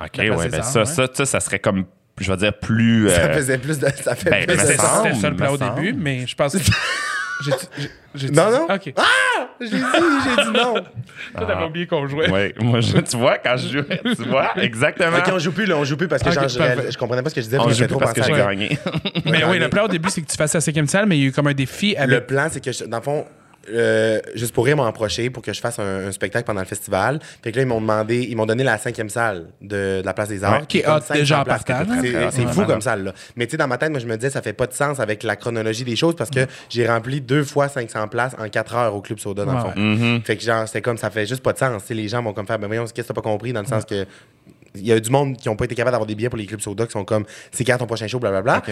OK,
La place
ouais,
des
ben
arts,
ça,
ouais.
ça, ça, ça serait comme. Je vais dire plus.
Ça
euh,
faisait plus de, [laughs] ça fait
ben,
plus
mais
de
c'est
C'était
sens.
ça
semble,
c'était ça le plan
me
au début,
[laughs]
semble.
mais je pense que J'ai- j'ai- j'ai-
Non, Ah! non.
OK. Ah.
J'ai dit, j'ai dit non.
Toi, t'avais oublié qu'on jouait.
Oui, moi, je, tu vois, quand je jouais, tu
[laughs]
vois, exactement.
OK, on joue plus, là, on joue plus parce que
Ok,
genre, je,
parfait.
réal- je comprenais pas ce que je disais.
on
je me
joue
fais
plus
trop
parce que
penser
j'ai
à ça.
gagné.
Mais oui, le plan au début, c'est que tu fasses la cinquième salle, mais il y a eu comme un défi
Le
avec.
plan, c'est que, je- dans le fond, euh, juste pour rire, m'en approché pour que je fasse un, un spectacle pendant le festival. Fait que là, ils m'ont demandé, ils m'ont donné la cinquième salle de, de la Place des Arts.
Ouais,
qui est
comme
hot
cinq
déjà en
places que
partant,
t'as-
là.
C'est
Très
c'est
hot,
fou
ouais.
comme salle, là. Mais tu sais, dans ma tête, moi, je me disais, ça fait pas de sens avec la chronologie des choses parce que j'ai rempli deux fois 500 places en quatre heures au Club Soda, dans le
Ouais.
fond.
Mm-hmm.
Fait que genre, c'était comme, ça fait juste pas de sens. Tu sais, les gens vont comme faire, ben voyons, qu'est-ce que t'as pas compris dans le sens que. Il y a du monde qui n'ont pas été capable d'avoir des billets pour les clubs soda qui sont comme c'est quand ton prochain show, blablabla.
Ok.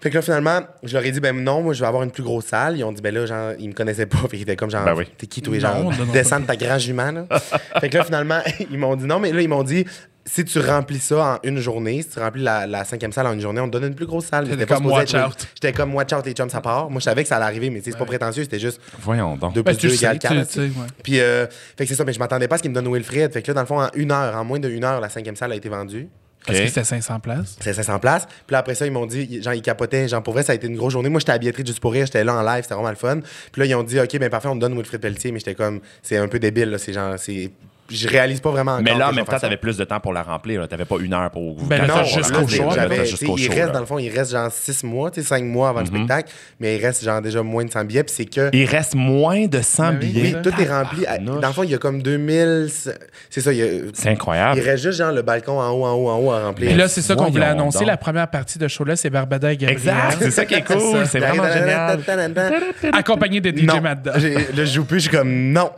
Fait que là, finalement, je leur ai dit, ben non, moi, je vais avoir une plus grosse salle. Ils ont dit, ben là, genre, ils me connaissaient pas. [laughs] Fait qu'ils étaient comme, genre,
Ben oui.
t'es qui, toi,
Non,
genre,
on donnera
descends de ta grand
[laughs]
jument, là. fait que là, finalement, [laughs] ils m'ont dit, non, mais là, ils m'ont dit, si tu remplis ça en une journée, si tu remplis la, la cinquième salle en une journée, on te donne une plus grosse salle. Mais
T'étais
c'était pas
comme
supposé
watch
être-
out.
J'étais comme, watch out, les chums, ça part. Moi, je savais que ça allait arriver, mais tu sais, c'est pas prétentieux, c'était juste
Voyons donc.
deux
Ben,
plus
tu
deux
le sais,
égale
tu-
quatre,
tu sais,
là,
ouais.
tu sais. Puis, euh, fait que c'est ça, mais je m'attendais pas à ce qu'ils me donnent Wilfred. Fait que là, dans le fond, en une heure, en moins d'une heure, la cinquième salle a été vendue.
Parce que
Ok.
c'était 500 places.
C'est 500 places. Puis là, après ça, ils m'ont dit, genre, ils capotaient. Genre, pour vrai, ça a été une grosse journée. Moi, j'étais à la billetterie juste pour rire. J'étais là en live. C'était vraiment le fun. Puis là, ils ont dit, OK, ben parfait, on me donne Wilfred Pelletier. Mais j'étais comme, c'est un peu débile, là. C'est genre, c'est. Je réalise pas vraiment encore.
Mais là, en
que je
même
vais
temps,
faire ça.
t'avais plus de temps pour la remplir. là. T'avais pas une heure pour.
Ben
quand
non,
t'as
jusqu'au
rempli,
show,
là,
J'avais,
t'as
tu sais,
jusqu'au
il
show,
reste,
là. Mhm.
dans le fond, il reste genre six mois, tu sais, cinq mois avant le spectacle, mais il reste genre déjà moins de 100 billets, puis c'est que.
Il reste moins de 100
Ben oui,
billets.
Oui, tout est rempli. À-
Tabarnouche.
Dans le fond, il y a comme 2000. C'est ça, il y a-
C'est
Il
incroyable.
reste juste genre le balcon en haut, en haut, en haut à remplir.
Puis là, c'est ça qu'on voulait
Voyons
annoncer.
donc.
La première partie de ce show-là, c'est Barbada et Gabriel.
Exact. C'est
[laughs]
ça qui est cool. C'est vraiment génial.
Accompagné de DJ
non,
Madda.
j'ai- là, je joue plus, je suis comme
[laughs]
non.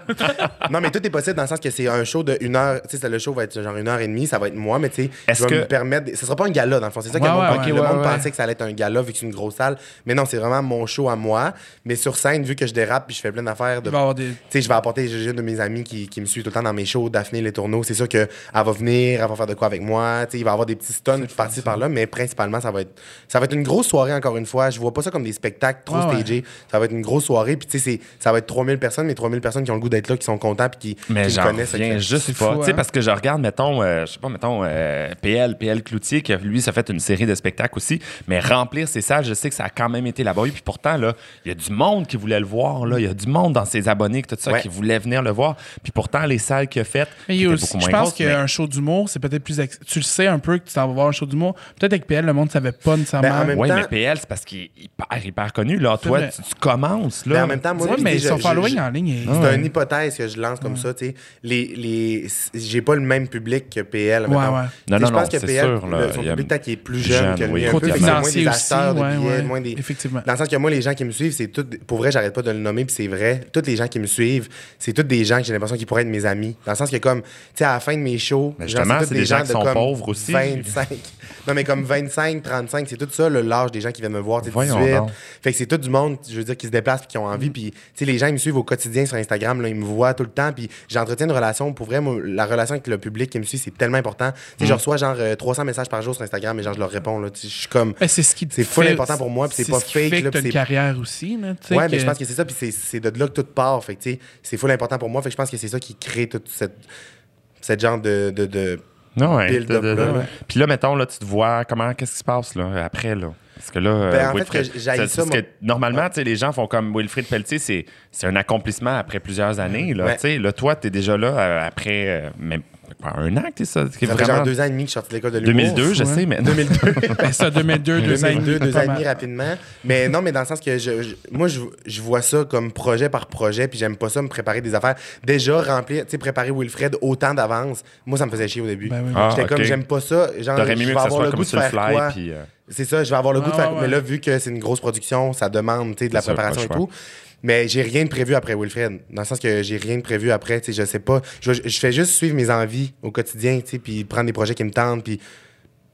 non, mais tout est possible dans le sens que c'est un show de une heure. Tu sais, ça, le show va être genre une heure et demie, ça va être moi, mais tu sais, je
Est-ce
vais
que-
me permettre. Ce sera pas un gala, dans le fond. C'est ça que
Ouais,
le monde,
ouais,
ok,
ouais,
le
ouais,
monde
ouais.
pensait que ça allait être un gala vu que c'est une grosse salle. Mais non, c'est vraiment mon show à moi. Mais sur scène, vu que je dérape puis je fais plein d'affaires de
Il va y avoir des.
tu sais, je vais apporter, j'ai j'ai une de mes amies qui, qui me suit tout le temps dans mes shows, Daphné Les Tourneaux. C'est sûr qu'elle va venir, elle va faire de quoi avec moi. Tu sais, il va y avoir des petits stuns par-ci par-là, mais principalement, ça va, être, ça va être une grosse soirée, encore une fois. Je vois pas ça comme des spectacles trop
Ouais, ouais.
stagés. Ça va être une grosse soirée, puis tu sais, c'est- ça va être 3000 personnes, mais 3000 personnes qui ont le goût d'être là, qui sont contents, puis qui,
Mais
qui me
j'en
connaissent. Fait
reviens
que-
juste
C'est
pas.
fou,
Tu sais,
hein?
parce que je regarde, mettons, euh, je sais pas, mettons, euh, PL, PL Cloutier, qui lui, ça fait une série de spectacles aussi. Mais remplir ses salles, je sais que ça a quand même été laborieux. Puis pourtant, là, il y a du monde qui voulait le voir, là. Il y a du monde dans ses abonnés, tout ça,
Ouais.
qui voulait venir le voir. Puis pourtant, les salles qu'il a faites,
Mais il
qui
y a
étaient
aussi-
beaucoup
je
moins
pense
grosses, mais-
qu'un show d'humour, c'est peut-être plus. ex- Tu le sais un peu que tu t'en vas voir un show d'humour. Peut-être avec PL, le monde ne savait pas nécessairement.
Ben, même
Oui,
temps-
mais PL, c'est parce qu'il est hyper, hyper connu. Là, toi,
vrai.
tu, tu commences. Là.
Mais en même temps, moi,
Ouais,
je
mais
dis, je-
son
je-
following
je-
en ligne est.
C'est une hypothèse que je lance comme ça, tu sais. Les, les, j'ai pas le même public que PL. mettons.
ouais.
Tu sais,
Non,
je
non,
pense
non,
que
c'est
PL,
sûr, là,
le- son
il y a-
public peut-être qui est plus
plus
jeune
jeune,
que lui.
oui.
un
Côté
peu, fait que c'est moins
financier
des acheteurs
aussi,
de
ouais,
billets,
ouais.
moins des-
Effectivement.
Dans le sens que moi, les gens qui me suivent, c'est tout. Pour vrai, j'arrête pas de le nommer, puis c'est vrai. Tous les gens qui me suivent, c'est tous des gens que j'ai l'impression qu'ils pourraient être mes amis. Dans le sens que, comme, tu sais, à la fin de mes shows,
Mais
genre,
justement,
tous
c'est des gens qui
de
sont
comme
pauvres aussi.
25. non, mais comme 25, 35, c'est tout ça, le l'âge des gens qui viennent me voir, tu sais,
Voyons
18.
donc.
Fait que c'est tout du monde, je veux dire, qui se déplace puis qui ont envie. Puis, tu sais, les gens, ils me suivent au quotidien sur Instagram, là, ils me voient tout le temps. Puis, j'entretiens une relation. Pour vrai, moi, la relation avec le public qui me suit, c'est tellement important. Tu sais, je reçois genre euh, 300 messages par jour sur Instagram et genre, je leur réponds, là. Tu sais, Je suis comme.
Ben, c'est ce qui te
C'est full
fait-
important pour moi, puis c'est
ce
pas
qui
fake,
fait
là,
que t'as
puis
une
c'est-
carrière aussi. là, tu sais,
Ouais, mais je pense que c'est ça. Puis, c'est- c'est de là que tout part. Fait que, tu sais, c'est full important pour moi. Fait que je pense que c'est ça qui crée toute cette. Cette genre de. de, de-
Non, ouais.
build-up,
Da, da, da.
là, ouais.
Puis là, mettons, là, tu te vois, comment, qu'est-ce qui se passe là, après, là? Parce que là,
Ben,
euh,
en fait,
Wilfred-
que j'haïs
c'est-
ça,
parce que
moi.
normalement, tu sais, les gens font comme Wilfrid Pelletier, c'est, c'est un accomplissement après plusieurs années. Là,
Ouais.
tu sais. là toi, t'es déjà là euh, après euh, même, quoi, un an que t'es ça. t'es
Ça fait
vraiment-
genre deux ans et demi que je suis sorti de l'école de l'humour.
2002, je
ouais.
sais, mais.
2002.
Ben, ça,
[laughs]
2002, deux ans et demi.
2002, deux ans
pas
et
mal.
demi rapidement. Mais non, mais dans le sens que je, je- moi, je, je vois ça comme projet par projet, puis j'aime pas ça me préparer des affaires. Déjà, remplir, tu sais, préparer Wilfred autant d'avance, moi, ça me faisait chier au début.
Ben oui.
Ah,
J'étais
ok.
comme, j'aime pas ça. Genre,
T'aurais
je
aimé mieux
vais
que ça
avoir
soit
le
comme
goût de
sur le
faire
fly.
quoi.
Puis, euh,
C'est ça, je vais avoir le goût
Ouais,
de faire.
Ah, ouais, ouais.
Mais là, vu que c'est une grosse production, ça demande tu sais, de la
C'est sûr,
préparation et
pas le choix.
tout. Mais j'ai rien de prévu après Wilfred. Dans le sens que j'ai rien de prévu après. tu sais, Je sais pas. Je, je fais juste suivre mes envies au quotidien, tu sais, puis prendre des projets qui me tentent. Puis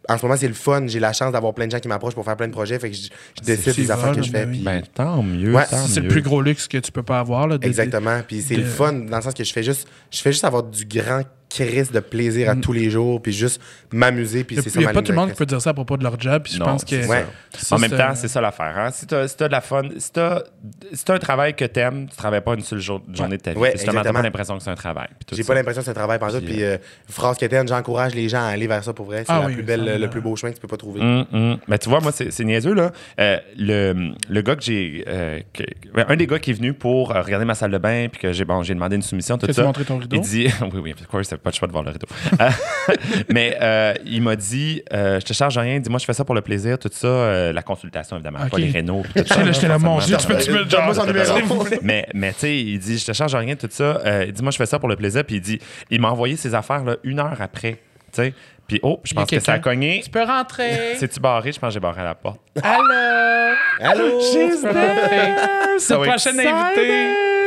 en ce moment, c'est le fun. J'ai la chance d'avoir plein de gens qui m'approchent pour faire plein de projets. Fait que je, je décide
tu y
des affaires
vas,
que je
là,
fais.
ben oui.
[laughs]
puis-
ben, tant mieux.
Ouais,
tant
C'est le
mieux.
plus gros luxe que tu peux pas avoir. Là, de- de-
Exactement. Puis c'est
de-
le fun dans le sens que je fais juste, je fais juste avoir du grand crise de plaisir à tous les jours, puis juste m'amuser, puis
Il
c'est ça
n'y a,
ma
pas
ligne
tout le monde qui
directrice.
peut dire ça à propos de leur job. Puis je
Non,
pense
c'est
que.
ça.
ça,
en même
c'est
temps,
un-
c'est ça l'affaire. Hein? Si t'as si t'as de la fun, si t'as si t'as un travail que t'aimes, tu travailles pas une seule jour- journée de ta vie.
Ouais,
Justement, t'as
exactement.
pas l'impression que c'est un travail. puis tout
J'ai
ça.
pas l'impression que c'est un travail par ça.
Puis,
Puis, euh, phrase qui était, j'encourage les gens à aller vers ça pour vrai. C'est
Ah
la
oui,
plus belle,
ça,
le
euh,
plus beau chemin que tu peux pas trouver.
Hum, hum. Mais tu vois, moi, c'est c'est niaiseux, là. Euh, le, le gars que j'ai. euh, que- ouais, un des gars qui est venu pour euh, regarder ma salle de bain, puis que j'ai bon, j'ai demandé une soumission, tout
T'as-tu
ça.
montré ton rideau?
Il dit. [laughs] oui, oui, of course, pas de choix de voir le rideau. Euh, [laughs] mais euh, il m'a dit euh, Je te charge rien, dis-moi, je fais ça pour le plaisir, tout ça. euh, la consultation, évidemment,
Ok.
pas les rénaux.
[laughs]
puis tout ça,
J'étais là, j'étais là, mon Dieu, tu
forcément.
peux-tu me le dire?
Donne-moi son numéro.
S'il vous plaît.
Mais, mais tu sais, il dit Je te charge rien, tout ça. Euh, il dit Moi, je fais ça pour le plaisir. Puis il dit Il m'a envoyé ses affaires là, une heure après. Tu sais. Puis oh, je
Il y a
pense que ça a
quelqu'un.
cogné.
Tu peux rentrer.
C'est-tu barré? Je pense que j'ai barré la porte.
Allô? [laughs]
Allô?
Tu peux rentrer. C'est
So
le prochain
excited!
invité.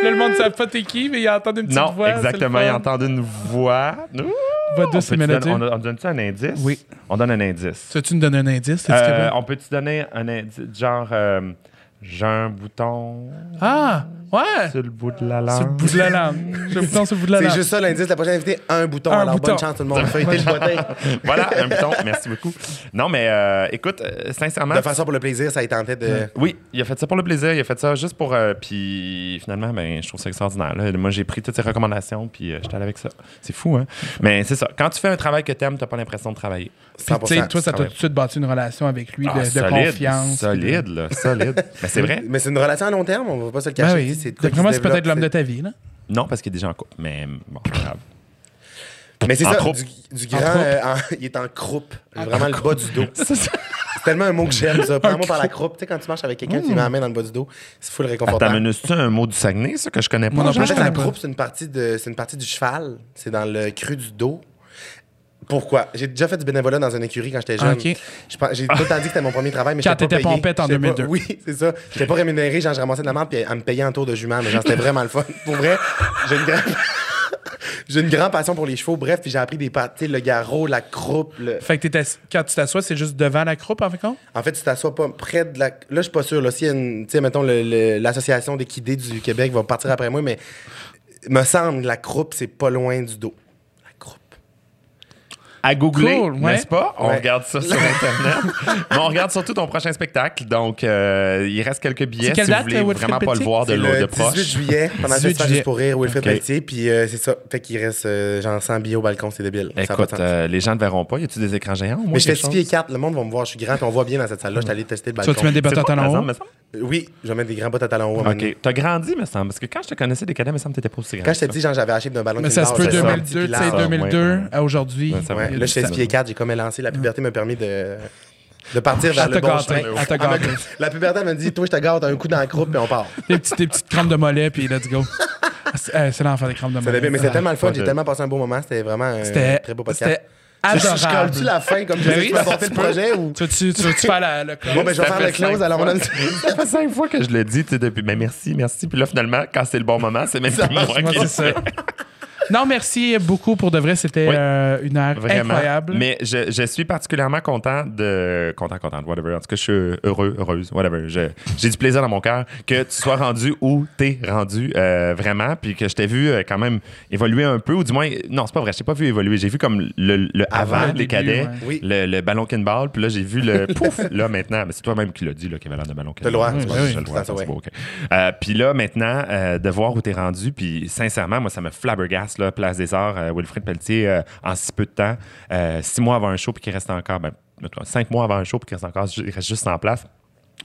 Là, le monde ne sait pas t'es qui, mais il entend une petite
Non,
voix. c'est le
exactement.
fun.
Il entend une voix. Ouh!
Votre
On
douce
peut-tu
mélodie.
donner- On, on donne-tu un indice?
Oui.
On donne un indice.
Tu veux-tu nous donner un indice? C'est-tu
Euh,
capable?
on peut-tu donner un indice? Genre, euh, j'ai un bouton
Ah, ouais.
sur le bout de la
Sur le
langue.
bout de la langue. Je vous tends sur le bout de la
C'est
langue.
juste ça l'indice. La prochaine invitée, un bouton.
Un
Alors,
bouton.
bonne chance tout le monde. Feuilletez
[laughs]
le bouton.
voilà, un bouton. Merci beaucoup. Non, mais euh, écoute, euh, sincèrement.
De façon pour le plaisir, ça a été en tête de.
Oui, il a fait ça pour le plaisir, il a fait ça juste pour. euh, puis finalement, ben, je trouve ça extraordinaire. là. Moi, j'ai pris toutes ses recommandations, puis euh, j'étais allé avec ça. C'est fou, hein? Mais c'est ça. Quand tu fais un travail que t'aimes, t'as pas l'impression de travailler.
Puis, tu sais,
100%.
toi, ça t'a
Ouais.
tout de suite bâti une relation avec lui de,
Ah,
de Ben confiance.
Solide, là,
[laughs]
solide. Mais c'est vrai?
Mais c'est une relation à long terme, on va pas se le
Ben
cacher.
oui.
Tu sais, de quoi
D'après moi,
qui
c'est
se
peut-être l'homme de
développe,
ta vie. là.
Non, parce qu'il est déjà en couple. Mais bon, c'est pas
[laughs]
grave.
c'est- Mais c'est
En
ça,
croupe.
du, du grand.
En croupe.
euh, en- il est en croupe. Vraiment le bas du dos.
C'est ça.
C'est tellement un mot que j'aime,
[laughs]
ça. Prends-moi par la croupe. Tu sais, quand tu marches avec
Hmm.
quelqu'un qui met la main dans le bas du dos, c'est fou le
Attends,
réconfortant.
mais c'est un mot du Saguenay, ça, que je connais pas?
Moi non
genre?
En
plus, je
fait, la
connais pas.
croupe, c'est une, partie de- c'est une partie du cheval. C'est dans le cru du dos. Pourquoi? J'ai déjà fait du bénévolat dans une écurie quand j'étais
Ah,
jeune.
Ok.
Je pense- J'ai tout le temps dit que c'était mon premier travail, mais
Quand
j'étais pas
t'étais
payé.
pompette en
J'étais pas-
2002.
[laughs] oui, c'est ça. J'étais pas rémunéré, genre je ramassais de la merde puis à me payer un tour de jument, mais genre c'était vraiment le fun. [laughs] Pour vrai, j'ai une grande... [laughs] J'ai une grande passion pour les chevaux, bref, puis j'ai appris des pâtes, tu sais, le garrot, la croupe. le-
Fait que t'es assis- quand tu t'assois, c'est juste devant la croupe, en fait, compte?
En fait, tu t'assois pas près de la. Là, je suis pas sûr. Là, s'il y a une. Tu sais, mettons, le- le- l'Association des quidés du Québec va partir après moi, mais me semble que la croupe, c'est pas loin du dos. La croupe.
à googler,
Cool, ouais.
n'est-ce pas? On
Ouais.
regarde ça sur Internet.
[laughs]
Mais on regarde surtout ton prochain spectacle. Donc, euh, il reste quelques billets
C'est quelle
si vous
date,
voulez
euh, Wilfrid
vraiment pas le
Petit?
voir de,
C'est
l'eau de
le 18
proche.
juillet, pendant le
18 juillet.
festival juste pour rire, Wilfred
Ok.
Pelletier, puis euh, c'est ça. Fait qu'il reste euh, genre 100 billets au balcon, c'est débile. Ça a pas de
Écoute,
sens.
euh, les gens ne verront pas. Y a-tu des écrans géants? au moins,
mais je fais
quelque
6 pieds
chose?
4, le monde va me voir, je suis grand, puis on voit bien dans cette salle-là, je suis allé tester le
Tu vas-tu
balcon. Euh,
mettre des bottes
C'est
en
pas
talons
présent,
hauts?
me semble?
Oui, je vais mettre des grands bottes à talons hauts. à un moment donné.
OK. T'as grandi, me semble. Parce que quand je te connaissais des cadets, me semble que t'étais pas aussi grand.
Quand
que
je t'ai
ça.
dit, genre, j'avais acheté d'un ballon
Mais ça se peut
c'est ça.
2002, tu sais,
Ouais,
2002
ouais.
à aujourd'hui.
Ouais, ça va.
Ouais, là, je fais 6 pieds 4, j'ai comme élancé. La puberté m'a permis de, de partir vers
Elle
le
Mm. te
bon
gâte,
chemin.
elle te
Elle m'a-
gâte.
La puberté, elle m'a dit Toi, je te garde, un coup dans la croupe, puis on part.
Des petites, des petites crampes de mollet, puis let's go. Ah, c'est euh, c'est l'enfer des crampes de
Ça
mollet.
devait- mais c'était tellement le fun,
Ouais,
j'ai tellement passé un beau moment. C'était vraiment un
C'était-
très beau podcast.
C'était
Je- Je, je
adorable.
colle-tu la fin comme je
Ben
sais
oui,
tu vas porter le projet ou.
Tu veux-tu tu veux-tu faire la, le close?
Bon, ben, je vais faire
fait
le close,
cinq
alors on a
Ça fait cinq fois que je le dis, tu sais, depuis. Mais merci, merci. Puis là, finalement, quand c'est le bon moment, c'est même plus moi
Moi,
qui
c'est
le
ça.
fais.
Non, merci beaucoup. Pour de vrai, c'était
Oui.
euh, une heure
Vraiment.
incroyable.
Mais je, je suis particulièrement content de. Content, content, whatever. En tout cas, je suis heureux, heureuse, whatever. Je- J'ai du plaisir dans mon cœur que tu sois rendu où t'es rendu euh, vraiment, puis que je t'ai vu euh, quand même évoluer un peu, ou du moins, non, c'est pas vrai, je t'ai pas vu évoluer. J'ai vu comme le, le avant,
Avant,
les
début,
cadets,
ouais.
Oui.
le, le ballon ball puis là, j'ai vu
[laughs]
le pouf, là, maintenant. Mais c'est toi-même qui l'as dit, là, qu'il y avait l'air de ballon
T'as le droit,
Oui, je
tu vois,
le
je le
droit, c'est
sens, ouais.
beau, ok. Euh, Puis là, maintenant, euh, de voir où t'es rendu, puis sincèrement, moi, ça me flabbergasse, là, Place des Arts, euh, Wilfrid Pelletier, euh, en si peu de temps, euh, six mois avant un show, puis qu'il reste encore, ben, mettons, cinq mois avant un show, puis qu'il reste encore, il reste juste en place.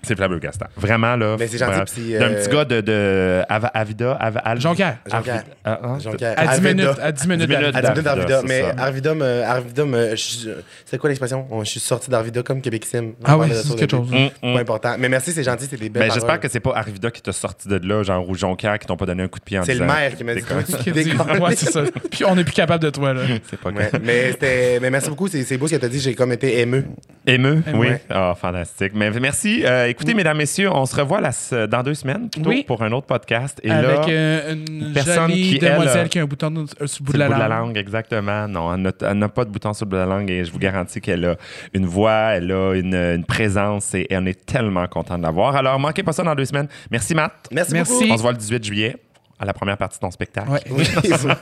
C'est flabbergastant. Vraiment, là.
Mais c'est gentil,
bravo.
puis c'est,
D'un
euh,
petit gars de, de Ava- Avida, Ava- Al-
Jonquière.
Avida-
Jonquière.
Ah, ah,
Jonquière.
à 10
Arvida.
minutes. À 10 minutes.
10 minutes.
à-
À 10 minutes
D'Arvida,
d'Arvida.
c'est
Mais
ça.
Arvida, me- Arvida me- je- C'est quoi l'expression On- Je suis sorti d'Arvida comme Québec Sim.
Ah
oui,
oui, c'est quelque chose.
Hum, hum.
Pas important. Mais merci, c'est gentil, c'est des belles.
Ben, j'espère
paroles.
que c'est pas Arrivida qui t'a sorti de là, genre, ou Jonquière qui t'ont pas donné un coup de pied en
C'est le
disant,
maire qui m'a dit
Déconne.
Toi, tu
Qui dit-
décolles.
Ouais, c'est ça. Puis on n'est plus capable de toi, là.
C'est pas
Ouais,
[laughs]
mais, c'était- mais merci beaucoup, c'est c'est beau ce que tu as dit, j'ai comme été ému.
Émeu, oui.
ouais.
Ah, fantastique. Mais merci. Euh, écoutez, mesdames, messieurs, on se revoit la se- dans deux semaines plutôt,
Mm. Oui.
pour un autre podcast. Et là,
Avec
c'est
euh, une
personne
jolie
qui, elle,
demoiselle
euh,
qui a un bouton de- euh, sur le bout
le
de la
bout de la
langue.
langue, exactement. Non, elle n'a- elle n'a pas de bouton sur le bout de la langue et je vous garantis qu'elle a une voix, elle a une, une présence et, et on est tellement content de la voir. Alors, manquez pas ça dans deux semaines. Merci, Matt.
Merci,
Merci.
beaucoup.
On se voit le 18 juillet. à la première partie de ton spectacle.
Ouais. [laughs]
Oui, ça-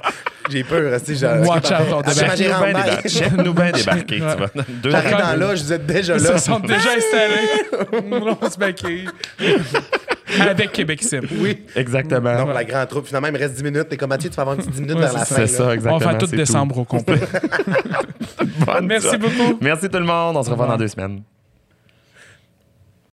j'ai peur. rester genre.
Watch out, on
Ah,
débarque.
j'ai
Chef-nous
mangé
bien
en
débar-
maille.
Chef-nous
[laughs]
bien débarqué, tu vois. Deux
J'arrive
secondes.
dans l'âge, vous êtes déjà
Ils
là.
se sont
[laughs]
déjà installés. on se maquille. Avec Québec Sim.
Oui.
Exactement.
Non, la grande troupe. Finalement, il me reste 10 minutes. T'es comme Mathieu, tu vas avoir une petite 10 minutes
Ouais,
vers la
c'est
fin.
C'est
là.
ça, exactement.
On va faire tout
[laughs] c'est
décembre au complet.
Bonne
Merci
job.
beaucoup.
Merci tout le monde. On se revoit
revoir.
dans deux semaines.